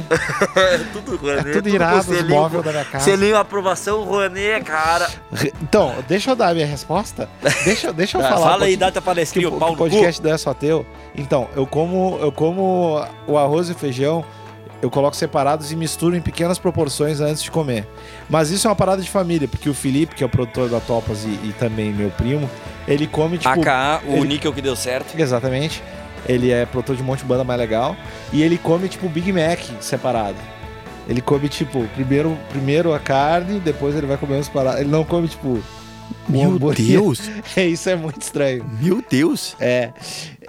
Speaker 5: Tudo,
Speaker 2: É tudo irado os móveis da minha
Speaker 1: é
Speaker 2: casa.
Speaker 1: Selinho aprovação, Ronê, cara.
Speaker 2: Então, deixa eu dar a minha resposta. Deixa, deixa eu falar. um
Speaker 1: Tá, Fala aí,
Speaker 2: pouquinho.
Speaker 1: dá tua palestrinha,
Speaker 2: Que
Speaker 1: o pau no cu.
Speaker 2: podcast da É Só Teu. Então, eu como, eu como o arroz e o feijão, eu coloco separados e misturo em pequenas proporções antes de comer. Mas isso é uma parada de família, porque o Felipe, que é o produtor da Topas e, e também meu primo, ele come,
Speaker 1: Ah,
Speaker 2: tipo...
Speaker 1: AKA, o
Speaker 2: ele-
Speaker 1: níquel que deu certo.
Speaker 2: Exatamente. Ele é produtor de um monte de banda mais legal. E ele come, tipo, Big Mac separado. Ele come, tipo, primeiro, primeiro a carne, depois ele vai comer uns parados. Ele não come, tipo... um hambúrguer. Isso é muito estranho.
Speaker 5: Meu Deus!
Speaker 2: É.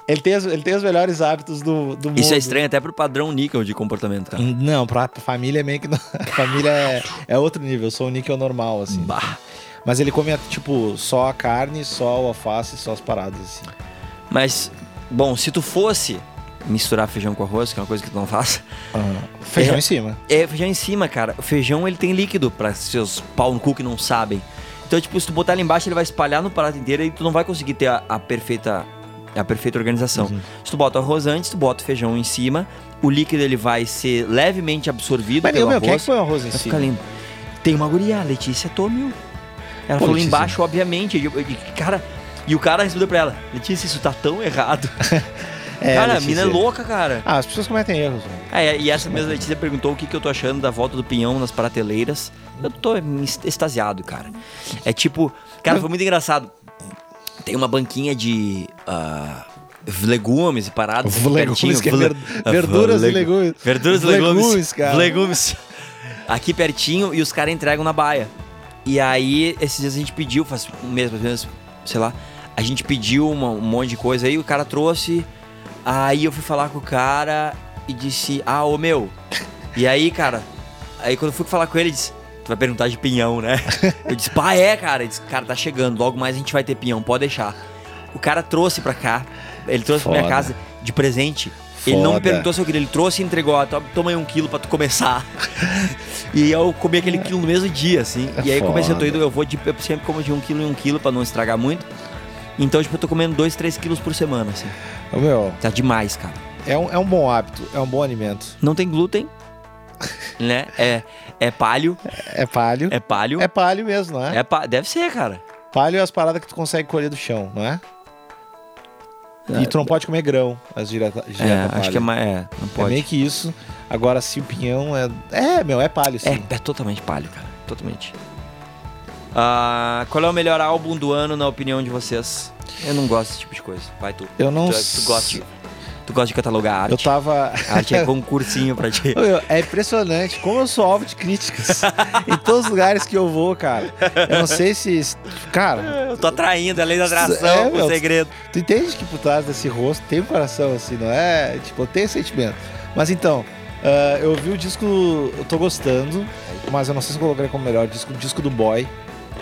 Speaker 2: Ele tem, os- ele tem os melhores hábitos do, do mundo.
Speaker 1: Isso é estranho até pro padrão níquel de comportamento, né? cara.
Speaker 2: Não, pra pra família é meio que. não- a família é, é outro nível. Eu sou o níquel normal, assim.
Speaker 1: Bah.
Speaker 2: Mas ele come, tipo, só a carne, só o alface, só as paradas, assim.
Speaker 1: Mas, bom, se tu fosse misturar feijão com arroz, que é uma coisa que tu não faz,
Speaker 2: Feijão
Speaker 1: É.
Speaker 2: em cima.
Speaker 1: é feijão em cima, cara. O feijão, ele tem líquido pra seus pau no cu que não sabem. Então, tipo, se tu botar ele embaixo, ele vai espalhar no prato inteiro e tu não vai conseguir ter a, a perfeita a perfeita organização.
Speaker 2: Uhum.
Speaker 1: Se tu bota o arroz antes, tu bota o feijão em cima, o líquido ele vai ser levemente absorvido
Speaker 2: Mas,
Speaker 1: pelo
Speaker 2: meu, quem é
Speaker 1: arroz.
Speaker 2: que põe o arroz em
Speaker 1: Vai ficar
Speaker 2: cima?
Speaker 1: lindo. Tem uma guria, a Letícia Tomil. Ela
Speaker 2: Pô,
Speaker 1: falou
Speaker 2: Letícia.
Speaker 1: embaixo, obviamente. E, eu- e, cara, e o cara respondeu pra ela: Letícia, isso tá tão errado.
Speaker 2: É,
Speaker 1: cara, a
Speaker 2: Letícia.
Speaker 1: mina é louca, cara.
Speaker 2: Ah, as pessoas cometem erros. né?
Speaker 1: É, e essa mesma Letícia perguntou o que, que eu tô achando da volta do pinhão nas prateleiras. Eu tô est- extasiado, cara. É tipo, cara, foi muito engraçado. Tem uma banquinha de ah, legumes e paradas. aqui pertinho.
Speaker 2: Legumes, que é
Speaker 1: Vle-
Speaker 2: ver- verduras e
Speaker 1: Vlegu-
Speaker 2: legumes.
Speaker 1: Verduras e legumes.
Speaker 2: Legumes, cara.
Speaker 1: Legumes. Aqui pertinho e os caras entregam na baia. E aí, esses dias a gente pediu, faz um mês, mais ou menos, sei lá. A gente pediu uma- um monte de coisa aí, o cara trouxe. Aí eu fui falar com o cara e disse, ah, ô meu. E aí, cara, aí quando eu fui falar com ele, ele disse, tu vai perguntar de pinhão, né? Eu disse, pá, é, cara. Ele disse, cara, tá chegando, logo mais a gente vai ter pinhão, pode deixar. O cara trouxe pra cá, ele trouxe pra minha
Speaker 2: Foda.
Speaker 1: casa de presente. Ele não me
Speaker 2: Foda.
Speaker 1: perguntou se eu queria, ele trouxe e entregou, ó, to- toma aí um quilo pra tu começar. e eu comi
Speaker 2: É.
Speaker 1: aquele quilo no mesmo dia, assim. E aí eu comecei, eu tô indo, eu vou de, eu sempre como de um quilo em um quilo pra não estragar muito. Então, tipo, eu tô comendo dois, três quilos por semana, assim.
Speaker 2: Ô, Meu,
Speaker 1: Tá demais, cara.
Speaker 2: é um, é um bom hábito, é um bom alimento.
Speaker 1: Não tem glúten, né? É, é palho,
Speaker 2: É palho.
Speaker 1: é palho.
Speaker 2: É, palho mesmo, não é?
Speaker 1: É pa- Deve ser, cara.
Speaker 2: Palho é as paradas que tu consegue colher do chão, não é?
Speaker 1: É,
Speaker 2: E tu não pode comer grão, as direta, direta
Speaker 1: É,
Speaker 2: palha.
Speaker 1: acho que é mais. É, não
Speaker 2: É
Speaker 1: pode.
Speaker 2: meio que isso. Agora, se o pinhão é. É, meu, é palho, sim.
Speaker 1: É, é totalmente palho, cara. Totalmente. Ah, qual é o melhor álbum do ano, na opinião de vocês? Eu não gosto desse tipo de coisa. Vai, tu.
Speaker 2: Eu não.
Speaker 1: Tu, é-
Speaker 2: s-
Speaker 1: tu, gosta, de, tu gosta de catalogar arte.
Speaker 2: Eu tava.
Speaker 1: Arte é concursinho pra ti.
Speaker 2: Meu, é impressionante como eu sou alvo de críticas em todos os lugares que eu vou, cara. Eu não sei se. se- Cara,
Speaker 1: Eu tô atraindo a lei da
Speaker 2: É,
Speaker 1: atração, o
Speaker 2: meu.
Speaker 1: segredo.
Speaker 2: tu entende que por trás desse rosto tem um coração, assim, não é? Tipo, eu tenho sentimento. Mas então, ah, eu vi o disco. Eu tô gostando, mas eu não sei se eu colocaria como melhor disco. O disco do Boy.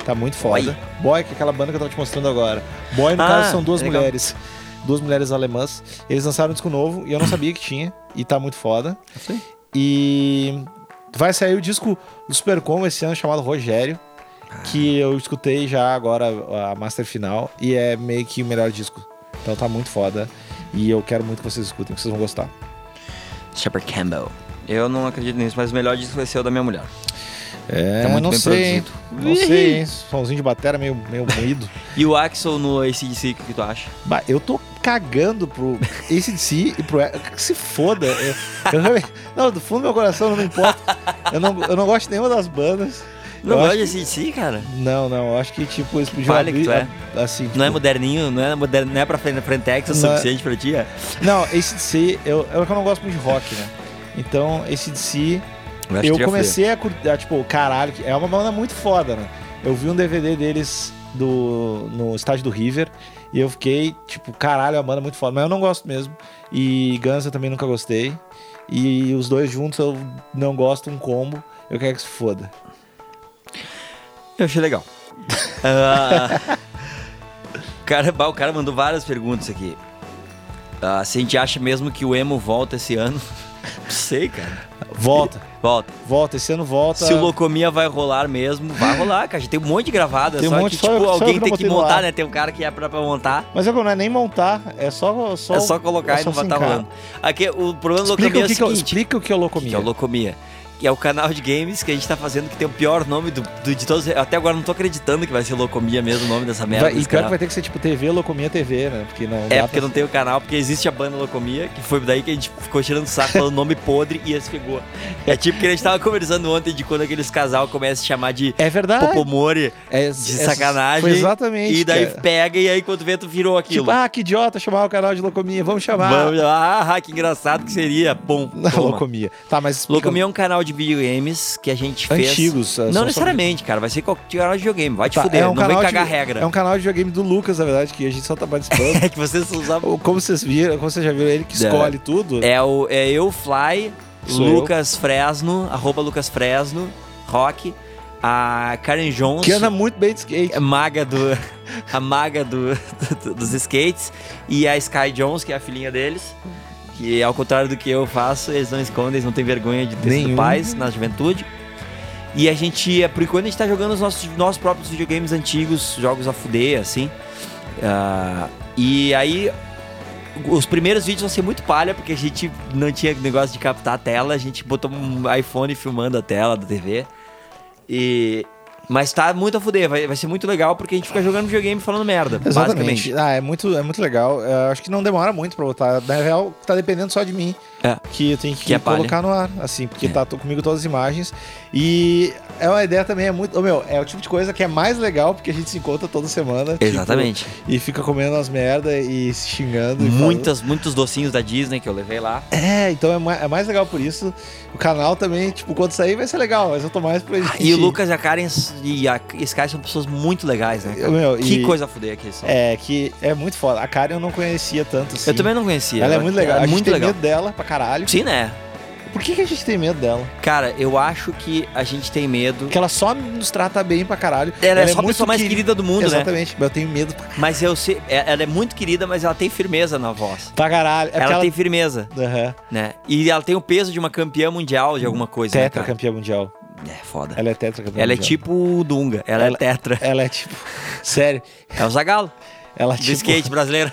Speaker 2: Tá muito foda. Boy, que é aquela banda que eu tava te mostrando agora. Boy, no
Speaker 1: Ah,
Speaker 2: caso, são duas
Speaker 1: legal.
Speaker 2: mulheres. Duas mulheres alemãs. Eles lançaram um disco novo e eu não sabia que tinha. E tá muito foda.
Speaker 1: sei.
Speaker 2: E vai sair o disco do Supercom esse ano chamado Rogério.
Speaker 1: Ah.
Speaker 2: Que eu escutei já agora a Master Final. E é meio que o melhor disco. Então tá muito foda. E eu quero muito que vocês escutem, que vocês vão gostar.
Speaker 1: Shepard Campbell. Eu não acredito nisso, mas o melhor disso vai ser o da minha mulher.
Speaker 2: É,
Speaker 1: tá muito
Speaker 2: não
Speaker 1: bem
Speaker 2: sei. hein?
Speaker 1: produzido.
Speaker 2: Não sei, hein? Somzinho de batera meio, meio moído.
Speaker 1: E o Axel no ACDC, o que que tu acha?
Speaker 2: Bah, eu tô cagando pro ACDC e pro. que Se foda. Eu, eu realmente- não, do fundo do meu coração não me importa. Eu não, eu não gosto de nenhuma das bandas.
Speaker 1: Não
Speaker 2: Eu
Speaker 1: gosta
Speaker 2: acho
Speaker 1: de ACDC, cara?
Speaker 2: Não, não, eu acho que tipo, eles podiam
Speaker 1: Fale que
Speaker 2: abrir,
Speaker 1: tu é.
Speaker 2: a- assim,
Speaker 1: Não é moderninho, não é, moderno, não é pra frente, frentex o
Speaker 2: Não é.
Speaker 1: suficiente pra ti? É?
Speaker 2: Não, ACDC, eu, eu, que eu não gosto muito de rock, né? Então, ACDC, eu comecei a curtir, a, tipo, caralho, que- é uma banda muito foda, né? Eu vi um DVD deles do, no estádio do River e eu fiquei, tipo, caralho, é uma banda muito foda, mas eu não gosto mesmo. E Guns eu também nunca gostei. E os dois juntos eu não gosto, um combo, eu quero que se foda.
Speaker 1: Eu achei legal. Ah, cara, bah, o cara mandou várias perguntas aqui. Ah, se a gente acha mesmo que o emo volta esse ano? Não sei, cara.
Speaker 2: Volta,
Speaker 1: Volta.
Speaker 2: volta, esse ano volta.
Speaker 1: Se o Locomia vai rolar mesmo, vai rolar, cara. A gente tem um monte de gravada,
Speaker 3: Tem um
Speaker 1: só
Speaker 3: monte,
Speaker 1: que,
Speaker 3: só
Speaker 1: tipo,
Speaker 3: eu- só eu
Speaker 1: alguém
Speaker 3: que não
Speaker 1: tem que
Speaker 3: botei no
Speaker 1: montar,
Speaker 3: ar.
Speaker 1: né? Tem um cara que é pra, pra montar.
Speaker 3: Mas agora não é nem montar, é só. só
Speaker 1: é só colocar
Speaker 3: é
Speaker 1: e não
Speaker 3: só
Speaker 1: vai estar
Speaker 3: sincar.
Speaker 1: rolando. Aqui, o problema do Locomia é
Speaker 2: um explica, o
Speaker 1: o
Speaker 2: que que eu,
Speaker 1: seguinte,
Speaker 2: explica o que é o
Speaker 1: que é
Speaker 2: locomia.
Speaker 1: o Locomia. Que é o canal de games que a gente tá fazendo, que tem o pior nome do, do- de todos. Eu até agora não tô acreditando que vai ser Locomia mesmo o nome dessa merda.
Speaker 2: Vai-
Speaker 1: desse
Speaker 2: e pior que
Speaker 1: canal.
Speaker 2: vai ter que ser tipo TV, locomia TV, né? Porque não.
Speaker 1: É,
Speaker 2: dá
Speaker 1: porque
Speaker 2: pra-
Speaker 1: não tem o canal, porque existe a banda Locomia, que foi daí que a gente ficou tirando saco falando nome podre e esse pegou. É tipo que a gente tava conversando ontem de quando aqueles casal começa a chamar de
Speaker 2: É verdade.
Speaker 1: Popomori, de
Speaker 2: é, é-
Speaker 1: sacanagem.
Speaker 2: Foi exatamente.
Speaker 1: e daí
Speaker 2: cara.
Speaker 1: pega e aí quando vê tu virou aquilo.
Speaker 2: Tipo, ah, que idiota chamar o canal de locomia, vamos chamar.
Speaker 1: Vamos, ah, ah, que engraçado que seria. Bom,
Speaker 2: Não, locomia. Tá, mas. explica-
Speaker 1: Locomia é um canal de videogames que a gente fez.
Speaker 2: Antigos. é, são-
Speaker 1: Não
Speaker 2: são-
Speaker 1: necessariamente, cara. Vai ser qualquer canal de videogame. Vai te
Speaker 2: Tá,
Speaker 1: fuder,
Speaker 2: é
Speaker 1: não
Speaker 2: um
Speaker 1: vem
Speaker 2: canal de-
Speaker 1: cagar regra.
Speaker 2: É um canal de videogame do Lucas, na verdade, que a gente só tá participando.
Speaker 1: É que vocês usavam.
Speaker 2: Ou como vocês viram, como vocês já viram, ele que
Speaker 1: É.
Speaker 2: escolhe tudo.
Speaker 1: É, o, é eu, Fly,
Speaker 2: Sou
Speaker 1: Lucas Fresno, arroba Lucas Fresno, Rock, a Karen Jones,
Speaker 2: Que anda muito bem de skate.
Speaker 1: a É maga do. A maga do, do- dos skates, e a Sky Jones, que é a filhinha deles. Que ao contrário do que eu faço, eles não escondem, eles não têm vergonha de ter sido
Speaker 2: Nenhum.
Speaker 1: pais na juventude. E a gente, é, por enquanto, a gente tá jogando os nossos, nossos próprios videogames antigos, jogos a fuder, assim. Ah, e aí, os primeiros vídeos vão ser muito palha, porque a gente não tinha negócio de captar a tela, a gente botou um iPhone filmando a tela da TV. E. Mas tá muito a fuder, vai, vai ser muito legal porque a gente fica jogando videogame e falando merda,
Speaker 2: Exatamente.
Speaker 1: basicamente.
Speaker 2: Ah, é muito, é muito legal. Eu acho que não demora muito pra voltar. Na real, tá dependendo só de mim.
Speaker 1: É.
Speaker 2: Que eu tenho que,
Speaker 1: Que é palha.
Speaker 2: colocar no ar, assim, porque
Speaker 1: É.
Speaker 2: tá tô comigo todas as imagens. E é uma ideia também, é muito. ô, meu, é o tipo de coisa que é mais legal, porque a gente se encontra toda semana. tipo,
Speaker 1: Exatamente.
Speaker 2: e fica comendo as merda e se xingando. e
Speaker 1: Muitas, muitos docinhos da Disney que eu levei lá.
Speaker 2: falando. É, então é, ma- é mais legal por isso. O canal também, tipo, quando sair vai ser legal, mas eu tô mais pra gente.
Speaker 1: Ah, E o Lucas, a Karen e a Sky são pessoas muito legais, né? cara?
Speaker 2: Meu,
Speaker 1: Que
Speaker 2: e-
Speaker 1: coisa a fuder que eles são.
Speaker 2: É, que é muito foda. A Karen eu não conhecia tanto assim.
Speaker 1: eu também não conhecia.
Speaker 2: Ela é muito legal. a gente
Speaker 1: muito
Speaker 2: tem
Speaker 1: legal.
Speaker 2: medo dela pra caralho.
Speaker 1: Sim, né?
Speaker 2: Por que, que a gente tem medo dela?
Speaker 1: Cara, eu acho que a gente tem medo.
Speaker 2: Porque ela só nos trata bem pra caralho.
Speaker 1: Ela, é só a
Speaker 2: muito
Speaker 1: pessoa mais
Speaker 2: queri-
Speaker 1: querida do mundo, né?
Speaker 2: Exatamente. Mas eu tenho medo pra,
Speaker 1: Mas eu sei, é- ela é muito querida, mas ela tem firmeza na voz.
Speaker 2: pra caralho. É
Speaker 1: ela,
Speaker 2: porque ela
Speaker 1: tem firmeza,
Speaker 2: Aham.
Speaker 1: né? E ela tem o peso de uma campeã mundial de alguma coisa,
Speaker 2: Tetra
Speaker 1: né,
Speaker 2: é campeã mundial.
Speaker 1: cara? É foda. Ela,
Speaker 2: Ela é tetra campeã
Speaker 1: é
Speaker 2: mundial.
Speaker 1: tipo o Dunga, ela,
Speaker 2: Ela-
Speaker 1: é tetra.
Speaker 2: Ela é tipo. Sério.
Speaker 1: É o Zagalo,
Speaker 2: Ela
Speaker 1: do
Speaker 2: tipo.
Speaker 1: skate brasileiro.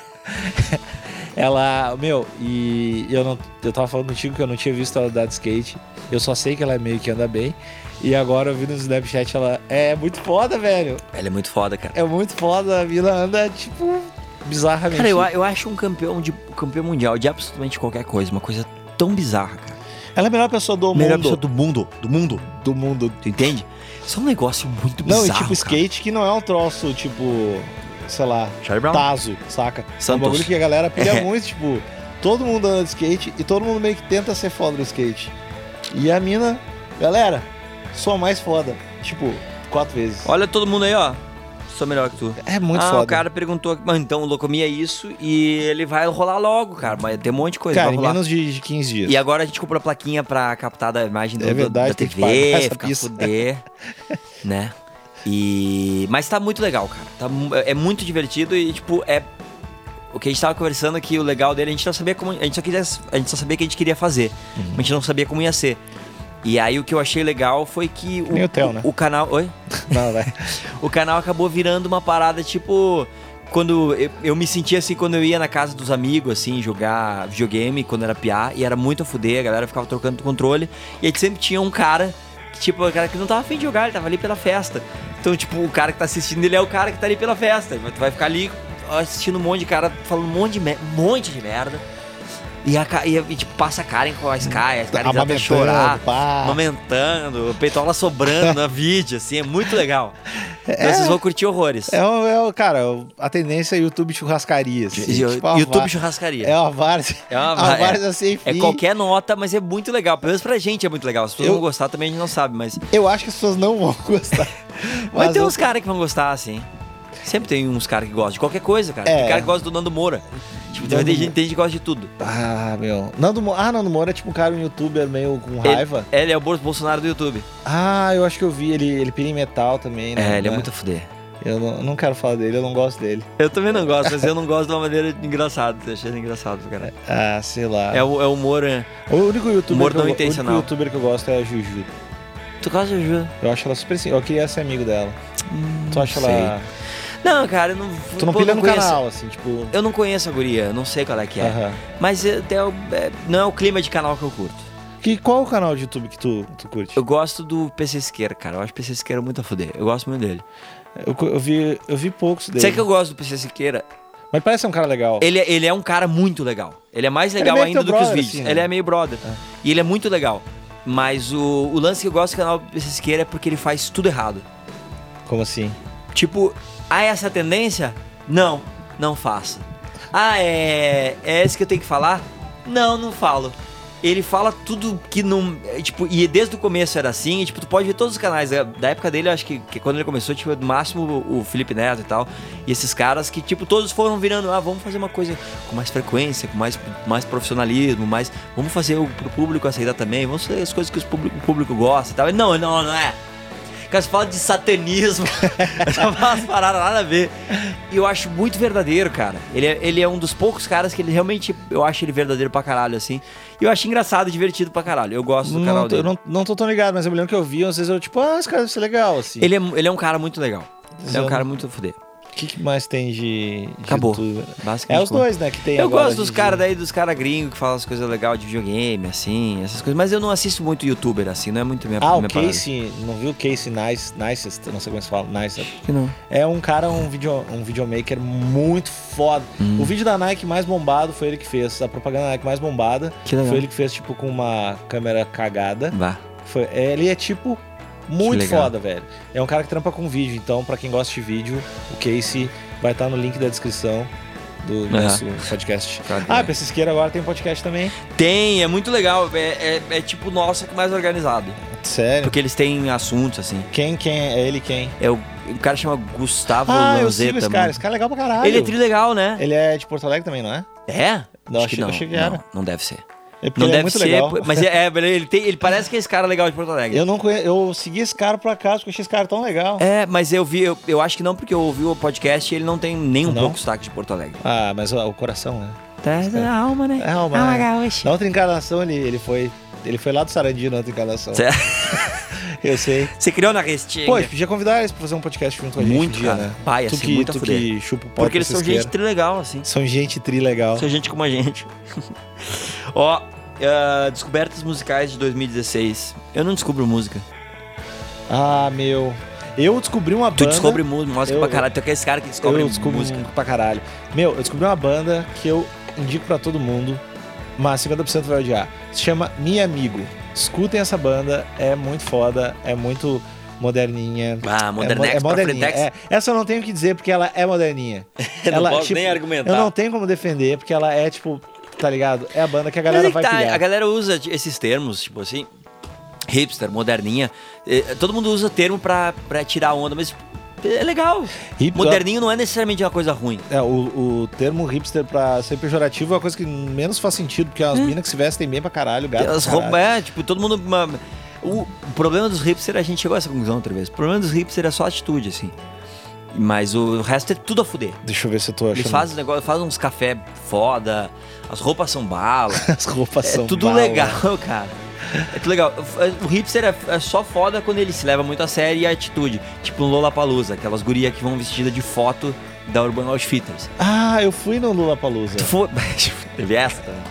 Speaker 2: Ela. Meu, e eu não. Eu tava falando contigo que eu não tinha visto ela dar de skate. Eu só sei que ela é meio que anda bem. E agora eu vi no Snapchat ela. É muito foda, velho.
Speaker 1: Ela é muito foda, cara.
Speaker 2: É muito foda. A mina anda, tipo. Bizarramente.
Speaker 1: Cara, eu, a- eu acho um campeão, de, campeão mundial de absolutamente qualquer coisa, uma coisa tão bizarra, cara.
Speaker 2: Ela é a melhor pessoa do
Speaker 1: Melhor
Speaker 2: mundo.
Speaker 1: pessoa do mundo, do mundo,
Speaker 2: do mundo.
Speaker 1: tu entende? Isso é um negócio muito
Speaker 2: Não,
Speaker 1: bizarro,
Speaker 2: e tipo skate que não é um troço, tipo, sei lá,
Speaker 1: cara. Charlie Brown.
Speaker 2: taso, saca? É um
Speaker 1: Santos.
Speaker 2: bagulho que a galera pilha
Speaker 1: É.
Speaker 2: muito, tipo, todo mundo anda de skate e todo mundo meio que tenta ser foda no skate. E a mina, galera, sou a mais foda. Tipo, quatro vezes.
Speaker 1: Olha todo mundo aí, ó. Sou melhor que tu.
Speaker 2: É muito
Speaker 1: ah,
Speaker 2: foda.
Speaker 1: o cara perguntou, mano, então o Locomia é isso e ele vai rolar logo, cara. Mas tem um monte de coisa
Speaker 2: Cara,
Speaker 1: vai
Speaker 2: em
Speaker 1: rolar.
Speaker 2: menos de de 15 dias.
Speaker 1: E agora a gente comprou a plaquinha pra captar da imagem do,
Speaker 2: É
Speaker 1: do-
Speaker 2: verdade,
Speaker 1: da
Speaker 2: tem que pagar
Speaker 1: TV,
Speaker 2: essa
Speaker 1: ficar
Speaker 2: pista.
Speaker 1: fuder, né? E... Mas tá muito legal, cara. Tá, mu- é muito divertido e, tipo, é... O que a gente tava conversando aqui, o legal dele, a gente não sabia como... A gente só, queria, a gente só sabia o que a gente queria fazer.
Speaker 2: Uhum.
Speaker 1: A gente não sabia como ia ser. E aí o que eu achei legal foi que... O,
Speaker 2: nem o Theo,
Speaker 1: o-
Speaker 2: né?
Speaker 1: o canal... Oi?
Speaker 2: Não, vai.
Speaker 1: o canal acabou virando uma parada tipo. Quando eu, eu me sentia assim, quando eu ia na casa dos amigos, assim, jogar videogame, quando era piá, e era muito a fuder, a galera ficava trocando controle, e aí sempre tinha um cara, que, tipo, o cara que não tava afim de jogar, ele tava ali pela festa. Então, tipo, o cara que tá assistindo, ele é o cara que tá ali pela festa, tu vai ficar ali assistindo um monte de cara, falando um monte de, mer- um monte de merda, e, a, ca- e, a- e, tipo, passa a Karen com a Sky, a Sky dá pra
Speaker 2: Amamentando,
Speaker 1: é chorar,
Speaker 2: pá.
Speaker 1: amamentando, peitola sobrando na vídeo, assim, é muito legal. Então vocês vão curtir horrores.
Speaker 2: É, o, é o- cara, a tendência é YouTube churrascaria. Assim,
Speaker 1: E-
Speaker 2: Tipo, uma
Speaker 1: YouTube
Speaker 2: va-
Speaker 1: churrascaria.
Speaker 2: É uma várzea.
Speaker 1: É uma
Speaker 2: uma
Speaker 1: va-
Speaker 2: várzea sem
Speaker 1: É
Speaker 2: fim.
Speaker 1: qualquer nota, mas é muito legal. Pelo menos pra gente é muito legal. Se vocês
Speaker 2: Eu-
Speaker 1: vão gostar também, a gente não sabe, mas.
Speaker 2: Eu acho que as pessoas não vão gostar.
Speaker 1: Vai ter
Speaker 2: eu-
Speaker 1: uns caras que vão gostar, assim. Sempre tem uns caras que gostam de qualquer coisa, cara.
Speaker 2: É.
Speaker 1: Tem cara que gosta do Nando Moura. Tipo, tem
Speaker 2: Nando
Speaker 1: gente, tem gente que gosta de tudo.
Speaker 2: Ah, meu. Nando Mo... Ah, Nando Moura é tipo um cara, um youtuber meio com raiva.
Speaker 1: Ele é o Bolsonaro do YouTube.
Speaker 2: Ah, eu acho que eu vi. Ele, ele pira em metal também, né?
Speaker 1: É, ele é
Speaker 2: Né?
Speaker 1: muito a fuder.
Speaker 2: Eu não, eu não quero falar dele, eu não gosto dele.
Speaker 1: Eu também não gosto, mas eu não gosto de uma maneira engraçada. Eu achei ele engraçado, cara.
Speaker 2: Ah, sei lá.
Speaker 1: É o, é o humor. é-
Speaker 2: O único youtuber,
Speaker 1: Humor
Speaker 2: que, eu,
Speaker 1: não
Speaker 2: o único
Speaker 1: intencional.
Speaker 2: YouTuber que eu gosto é a Juju.
Speaker 1: Tu gosta de Juju?
Speaker 2: Eu acho ela super sim. Eu queria ser amigo dela. tu acha
Speaker 1: Hum, sei.
Speaker 2: ela.
Speaker 1: Não, cara, eu não.
Speaker 2: Tu não
Speaker 1: pô,
Speaker 2: pilha no
Speaker 1: conheço.
Speaker 2: canal, assim, tipo.
Speaker 1: Eu não conheço a guria, eu não sei qual é que é.
Speaker 2: Aham.
Speaker 1: Mas é- é o- é- não é o clima de canal que eu curto.
Speaker 2: Que, qual o canal de YouTube que tu, tu curte?
Speaker 1: Eu gosto do PC Siqueira, cara. Eu acho o PC Siqueira muito a fuder. Eu gosto muito dele.
Speaker 2: Eu, cu- eu vi, eu vi poucos dele.
Speaker 1: Sei que eu gosto do PC Siqueira.
Speaker 2: Mas parece ser um cara legal.
Speaker 1: Ele, é- ele é um cara muito legal. Ele é mais legal
Speaker 2: meio
Speaker 1: ainda
Speaker 2: teu
Speaker 1: do que os
Speaker 2: brother,
Speaker 1: vídeos.
Speaker 2: assim, né?
Speaker 1: Ele é meio brother. E ele é muito legal. Mas o, o lance que eu gosto do canal do PC Siqueira é porque ele faz tudo errado.
Speaker 2: Como assim?
Speaker 1: Tipo, ah, essa é a tendência? Não, não faça. Ah, é. É esse que eu tenho que falar? Não, não falo. Ele fala tudo que não. é, Tipo, e desde o começo era assim, e, tipo, tu pode ver todos os canais. é, Da época dele, eu acho que, que quando ele começou, tipo, no máximo o, o Felipe Neto e tal. E esses caras que, tipo, todos foram virando, ah, vamos fazer uma coisa com mais frequência, com mais, mais profissionalismo, mais. Vamos fazer o pro público aceitar também, vamos fazer as coisas que os público- o público gosta e tal. E, não, não, não é. Cara, você fala de satanismo, umas paradas nada a ver. E eu acho muito verdadeiro, cara. Ele é, ele é um dos poucos caras que ele realmente, eu acho ele verdadeiro pra caralho, assim. E eu acho engraçado, divertido pra caralho. Eu gosto do canal
Speaker 2: Não, tô-
Speaker 1: dele.
Speaker 2: eu não, não tô tão ligado, mas eu me lembro que eu vi, às vezes eu, tipo, ah, esse cara deve ser legal, assim.
Speaker 1: Ele, é, ele é um cara muito legal. Ele é um
Speaker 2: Eu-
Speaker 1: cara muito a fuder.
Speaker 2: O que, que mais tem de. de
Speaker 1: Acabou.
Speaker 2: youtuber?
Speaker 1: Basicamente.
Speaker 2: É os dois, né? Que tem
Speaker 1: Eu
Speaker 2: agora
Speaker 1: gosto dos
Speaker 2: de-
Speaker 1: caras daí, dos caras gringos que falam as coisas legais de videogame, assim, essas coisas. Mas eu não assisto muito youtuber, assim, não é muito minha
Speaker 2: Ah, o
Speaker 1: minha parada.
Speaker 2: Casey, não viu o Casey Nice, Nicest, não sei como se fala, Nicest.
Speaker 1: Que não.
Speaker 2: É um cara, um, video, um videomaker muito foda.
Speaker 1: Hum.
Speaker 2: O vídeo da Nike mais bombado foi ele que fez. A propaganda da Nike mais bombada
Speaker 1: Que legal.
Speaker 2: foi ele que fez, tipo, com uma câmera cagada.
Speaker 1: Vá.
Speaker 2: Foi, ele é tipo
Speaker 1: Que
Speaker 2: muito
Speaker 1: legal.
Speaker 2: foda, velho. É um cara que trampa com vídeo, então pra quem gosta de vídeo, o Casey vai estar no link da descrição do
Speaker 1: É.
Speaker 2: nosso podcast.
Speaker 1: Cadê?
Speaker 2: Ah, PC Siqueira agora tem podcast também.
Speaker 1: Tem, é muito legal. É, é, é tipo nossa que mais organizado.
Speaker 2: Sério?
Speaker 1: Porque eles têm assuntos, assim.
Speaker 2: Quem, quem? É ele quem?
Speaker 1: É o, o cara chama Gustavo
Speaker 2: Ah, eu sigo
Speaker 1: Lanzetta.
Speaker 2: esse cara. Esse cara é legal pra caralho.
Speaker 1: mano. Ele é trilegal, né?
Speaker 2: Ele é de Porto Alegre também, não é?
Speaker 1: É?
Speaker 2: Não, achei- achei que era.
Speaker 1: Não, não deve ser.
Speaker 2: É porque
Speaker 1: não
Speaker 2: ele
Speaker 1: deve
Speaker 2: é muito
Speaker 1: ser,
Speaker 2: legal.
Speaker 1: mas é, é, ele, tem- ele parece que é esse cara legal de Porto Alegre.
Speaker 2: Eu não conheço, eu segui esse cara por acaso, porque eu achei esse cara tão legal.
Speaker 1: É, mas eu vi, eu, eu acho que não, porque eu ouvi o podcast e ele não tem nem um
Speaker 2: Não?
Speaker 1: pouco sotaque de Porto Alegre.
Speaker 2: Ah, mas ó, o coração, né?
Speaker 1: Tá é a alma, né?
Speaker 2: É alma, né?
Speaker 1: gaúcha.
Speaker 2: Na outra encarnação ele, ele foi. Ele foi lá do Sarandi na outra encarnação.
Speaker 1: Cê-
Speaker 2: eu sei.
Speaker 1: Você criou na restinga.
Speaker 2: Pô, a gente podia convidar eles pra fazer um podcast junto com a gente
Speaker 1: Muito,
Speaker 2: um dia,
Speaker 1: cara.
Speaker 2: né?
Speaker 1: Pai,
Speaker 2: tu
Speaker 1: assim,
Speaker 2: que,
Speaker 1: muito a
Speaker 2: tu
Speaker 1: fuder.
Speaker 2: que chupa o pau
Speaker 1: Porque eles são gente trilegal, assim.
Speaker 2: São gente tri legal.
Speaker 1: São gente como a gente. Ó, ah, descobertas musicais de 2016. Eu não descubro música.
Speaker 2: Ah, meu. Eu descobri uma
Speaker 1: Tu
Speaker 2: banda.
Speaker 1: descobre mu- música
Speaker 2: Eu-
Speaker 1: pra caralho. Tu é aquele cara que descobre
Speaker 2: eu descobri
Speaker 1: música.
Speaker 2: música pra caralho. Meu, eu descobri uma banda que eu indico pra todo mundo, mas 50% vai odiar. Se chama Mi Amigo. Escutem essa banda, é muito foda, é muito moderninha.
Speaker 1: Ah,
Speaker 2: é, mo-
Speaker 1: Modernex
Speaker 2: é
Speaker 1: pra
Speaker 2: moderninha.
Speaker 1: Frentex.
Speaker 2: É, essa eu não tenho o que dizer porque ela é moderninha.
Speaker 1: Não
Speaker 2: ela,
Speaker 1: posso
Speaker 2: tipo,
Speaker 1: nem argumentar.
Speaker 2: Eu não tenho como defender porque ela é tipo, tá ligado? É a banda que a
Speaker 1: Mas
Speaker 2: galera
Speaker 1: aí
Speaker 2: vai
Speaker 1: tá,
Speaker 2: pilhar.
Speaker 1: a galera usa t- esses termos, tipo assim, hipster, moderninha. Eh, Todo mundo usa termo pra, pra tirar onda, mas é legal.
Speaker 2: Hip-
Speaker 1: Moderninho não é necessariamente uma coisa ruim.
Speaker 2: É, o, o termo hipster pra ser pejorativo é uma coisa que menos faz sentido, porque
Speaker 1: Hum.
Speaker 2: as minas que se vestem bem pra caralho, gato.
Speaker 1: Elas
Speaker 2: pra caralho.
Speaker 1: roubam, é, tipo, todo mundo. uma- o problema dos hipster, a gente chegou a essa conclusão outra vez. O problema dos hipster é só atitude, assim. Mas o resto é tudo a fuder.
Speaker 2: Deixa eu ver se eu tô achando.
Speaker 1: Eles fazem negócio, fazem uns café foda, as roupas são bala.
Speaker 2: as roupas
Speaker 1: É
Speaker 2: são
Speaker 1: tudo
Speaker 2: bala.
Speaker 1: legal, cara. É tudo legal. O hipster é, é só foda quando ele se leva muito a sério e a atitude. Tipo um Lollapalooza, aquelas gurias que vão vestidas de foto da Urban Outfitters.
Speaker 2: Ah, eu fui no Lula Palusa.
Speaker 1: Tu foi... Teve essa também.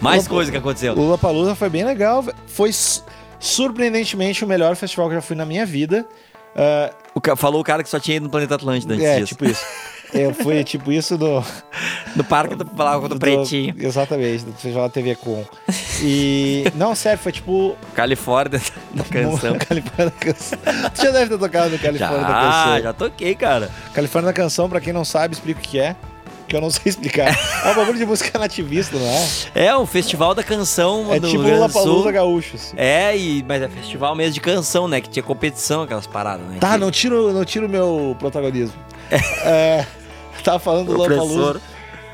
Speaker 1: Mais coisa que aconteceu.
Speaker 2: Lula Palusa foi bem legal. velho. Foi su- surpreendentemente o melhor festival que eu já fui na minha vida. Ah,
Speaker 1: O ca- Falou o cara que só tinha ido no Planeta Atlântida antes
Speaker 2: é,
Speaker 1: disso.
Speaker 2: tipo isso. Eu fui tipo isso no.
Speaker 1: No parque do Palácio do Pretinho.
Speaker 2: Exatamente, do festival da TV Com. E. Não, sério, foi tipo
Speaker 1: Califórnia da canção.
Speaker 2: Califórnia da Canção. Tu já deve ter tocado no Califórnia da Canção.
Speaker 1: Já, já toquei, cara.
Speaker 2: Califórnia da Canção, pra quem não sabe, explica o que é. Que eu não sei explicar. É um bagulho de música nativista, não é?
Speaker 1: É um festival da canção
Speaker 2: É
Speaker 1: do
Speaker 2: tipo
Speaker 1: Rio Grande
Speaker 2: Lula
Speaker 1: do Sul.
Speaker 2: Palusa gaúcho, assim.
Speaker 1: É, e, mas é festival mesmo de canção, né? Que tinha competição, aquelas paradas, né?
Speaker 2: Tá,
Speaker 1: que...
Speaker 2: não tiro o não tiro o meu protagonismo. É, tava falando do Lula Palusa.
Speaker 1: Professor.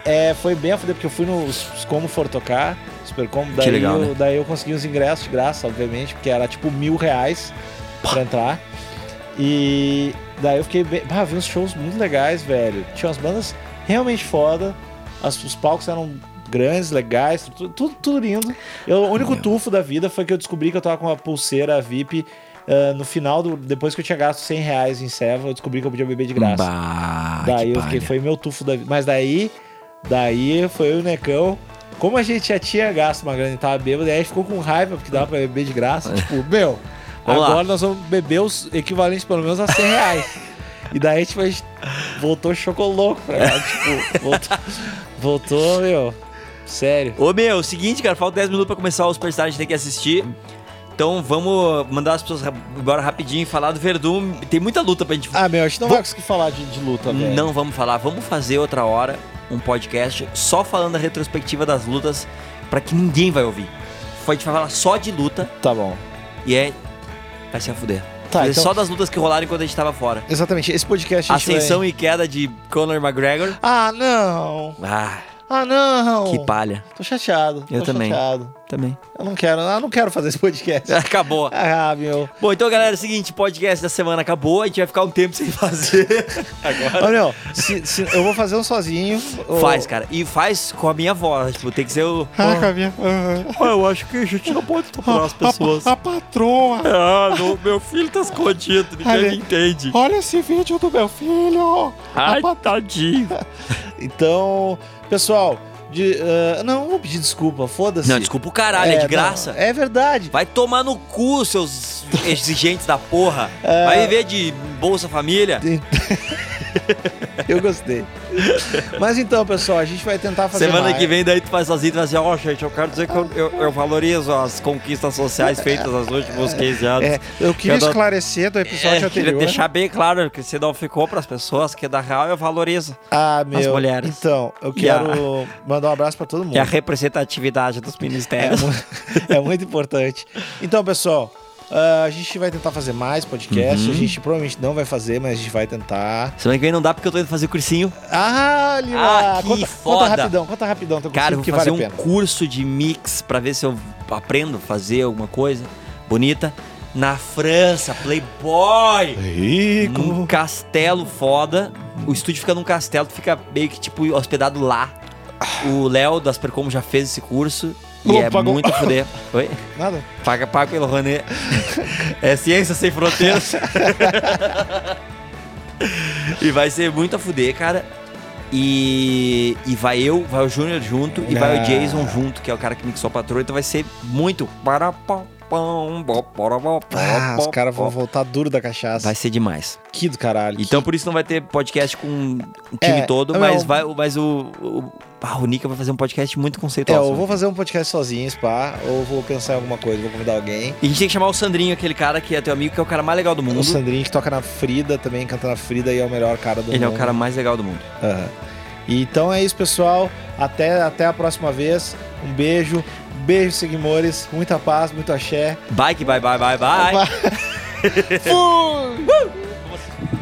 Speaker 2: É, foi bem a fuder, porque eu fui no S- Como For Tocar, Super Como. Daí,
Speaker 1: legal,
Speaker 2: eu,
Speaker 1: né?
Speaker 2: daí eu consegui os ingressos de graça, obviamente, porque era tipo mil reais pra entrar. E daí eu fiquei bem. Ah, vi uns shows muito legais, velho. Tinha umas bandas realmente foda. As- os palcos eram grandes, legais, tudo, tudo, tudo lindo. Eu, o único tufo da vida foi que eu descobri que eu tava com uma pulseira VIP. ah, no final, do, depois que eu tinha gasto 100 reais em ceva, eu descobri que eu podia beber de graça.
Speaker 1: Bah,
Speaker 2: daí
Speaker 1: que
Speaker 2: eu fiquei,
Speaker 1: palha.
Speaker 2: foi meu tufo da vida. Mas daí, daí foi eu e o Necão. Como a gente já tinha gasto uma grana e tava bêbado, daí ficou com raiva porque dava pra beber de graça. Tipo, meu,
Speaker 1: Vamos lá.
Speaker 2: agora nós vamos beber os equivalentes pelo menos a 100 reais. E daí, tipo, a gente voltou chocolouco pra lá. Tipo, voltou, voltou, meu, sério.
Speaker 1: Ô meu, é seguinte, cara, falta 10 minutos pra começar os personagens que tem que assistir. Então vamos mandar as pessoas ra- embora rapidinho e falar do Verdun. Tem muita luta pra gente.
Speaker 2: Ah, meu, a gente não vai conseguir falar de, de luta, velho.
Speaker 1: não vamos falar, vamos fazer outra hora um podcast só falando a retrospectiva das lutas pra que ninguém vai ouvir. A gente vai falar só de luta
Speaker 2: Tá bom.
Speaker 1: e é. Vai se fuder.
Speaker 2: Tá,
Speaker 1: Fazer
Speaker 2: então-
Speaker 1: Só das lutas que rolaram enquanto a gente tava fora.
Speaker 2: Exatamente, esse podcast a gente vai-
Speaker 1: Ascensão e queda de Conor McGregor.
Speaker 2: Ah, não!
Speaker 1: Ah,
Speaker 2: Ah, não!
Speaker 1: que palha.
Speaker 2: Tô chateado.
Speaker 1: Eu
Speaker 2: tô
Speaker 1: também.
Speaker 2: chateado.
Speaker 1: Também.
Speaker 2: Eu não quero, eu não quero fazer esse podcast.
Speaker 1: Acabou.
Speaker 2: Ah, meu.
Speaker 1: Bom, então, galera, é o seguinte, podcast da semana acabou, a gente vai ficar um tempo sem fazer.
Speaker 2: Ô, meu, se- se- eu vou fazer um sozinho. ou-
Speaker 1: Faz, cara. E faz com a minha voz. Tipo, tem que ser o.
Speaker 2: Ah, com a minha. ah,
Speaker 1: eu acho que a gente não pode estuprar as
Speaker 2: A, a patroa.
Speaker 1: Ah, não, meu filho tá escondido,
Speaker 2: Ali.
Speaker 1: ninguém me entende.
Speaker 2: Olha esse vídeo do meu filho.
Speaker 1: Ai, tadinho.
Speaker 2: Então, pessoal, de, ah, não, vou pedir desculpa, foda-se.
Speaker 1: Não, desculpa o caralho, é, de
Speaker 2: não,
Speaker 1: graça.
Speaker 2: é verdade.
Speaker 1: Vai tomar no cu, seus exigentes da porra.
Speaker 2: É.
Speaker 1: Vai viver de Bolsa Família.
Speaker 2: Eu gostei. Mas então, pessoal, a gente vai tentar fazer
Speaker 1: Semana
Speaker 2: mais.
Speaker 1: que vem, daí tu faz sozinho e fala assim: Ó, gente, eu quero dizer que eu, eu- eu valorizo as conquistas sociais feitas nos últimos 15 anos.
Speaker 2: É, eu queria
Speaker 1: Eu dou-
Speaker 2: esclarecer do
Speaker 1: É,
Speaker 2: episódio
Speaker 1: queria
Speaker 2: anterior.
Speaker 1: deixar bem claro que se não ficou pras pessoas que da real eu valorizo
Speaker 2: Ah, meu.
Speaker 1: as mulheres.
Speaker 2: Então, eu
Speaker 1: E a-
Speaker 2: quero mandar um abraço pra todo mundo.
Speaker 1: E É a representatividade dos
Speaker 2: É,
Speaker 1: ministérios.
Speaker 2: mu- é muito importante. Então, pessoal, ah, a gente vai tentar fazer mais podcast.
Speaker 1: Uhum.
Speaker 2: A gente provavelmente não vai fazer, mas a gente vai tentar.
Speaker 1: Semana que vem não dá porque eu tô indo fazer cursinho.
Speaker 2: Ah, Lila!
Speaker 1: Ah, que
Speaker 2: conta,
Speaker 1: foda.
Speaker 2: conta rapidão, conta rapidão. Tá
Speaker 1: Cara, eu vou
Speaker 2: que
Speaker 1: fazer
Speaker 2: vale a
Speaker 1: um
Speaker 2: pena.
Speaker 1: curso de mix pra ver se eu aprendo a fazer alguma coisa bonita. Na França, Playboy!
Speaker 2: Rico!
Speaker 1: Num castelo foda. O estúdio fica num castelo, tu fica meio que tipo hospedado lá.
Speaker 2: Ah.
Speaker 1: O Léo das Percomo já fez esse curso. E
Speaker 2: Pô,
Speaker 1: é
Speaker 2: pagou-
Speaker 1: muito fuder. Oi?
Speaker 2: Hum, Nada?
Speaker 1: Paga pago pelo Roné. É ciência sem fronteiras. e vai ser muito a fuder, cara. E, e vai eu, vai o Júnior junto e vai o Jason junto, que é o cara que mixou a patroa. Então vai ser muito.
Speaker 2: Ah,
Speaker 1: um, Ah,
Speaker 2: os caras vão voltar duro da cachaça.
Speaker 1: Vai ser demais.
Speaker 2: Que do caralho.
Speaker 1: Então por isso não vai ter podcast com o time
Speaker 2: É,
Speaker 1: todo,
Speaker 2: não.
Speaker 1: mas, vai, mas o, o, ah, o Nika vai fazer um podcast muito
Speaker 2: Que- É,
Speaker 1: conceitual.
Speaker 2: eu
Speaker 1: sobre.
Speaker 2: vou fazer um podcast sozinho, spa, ou vou pensar em alguma coisa, vou convidar alguém.
Speaker 1: E a gente tem que chamar o Sandrinho, aquele cara que é teu amigo, que é o cara mais legal do mundo.
Speaker 2: O Sandrinho que toca na Frida também, canta na Frida e é o melhor cara do
Speaker 1: Ele é
Speaker 2: mundo.
Speaker 1: o cara mais legal do mundo.
Speaker 2: Aham. E Então é isso, pessoal. Até, até a próxima vez. Um beijo. Beijo, seguimores. Muita paz, muito axé.
Speaker 1: Bye, que bye, bye, bye, bye.
Speaker 2: Fui!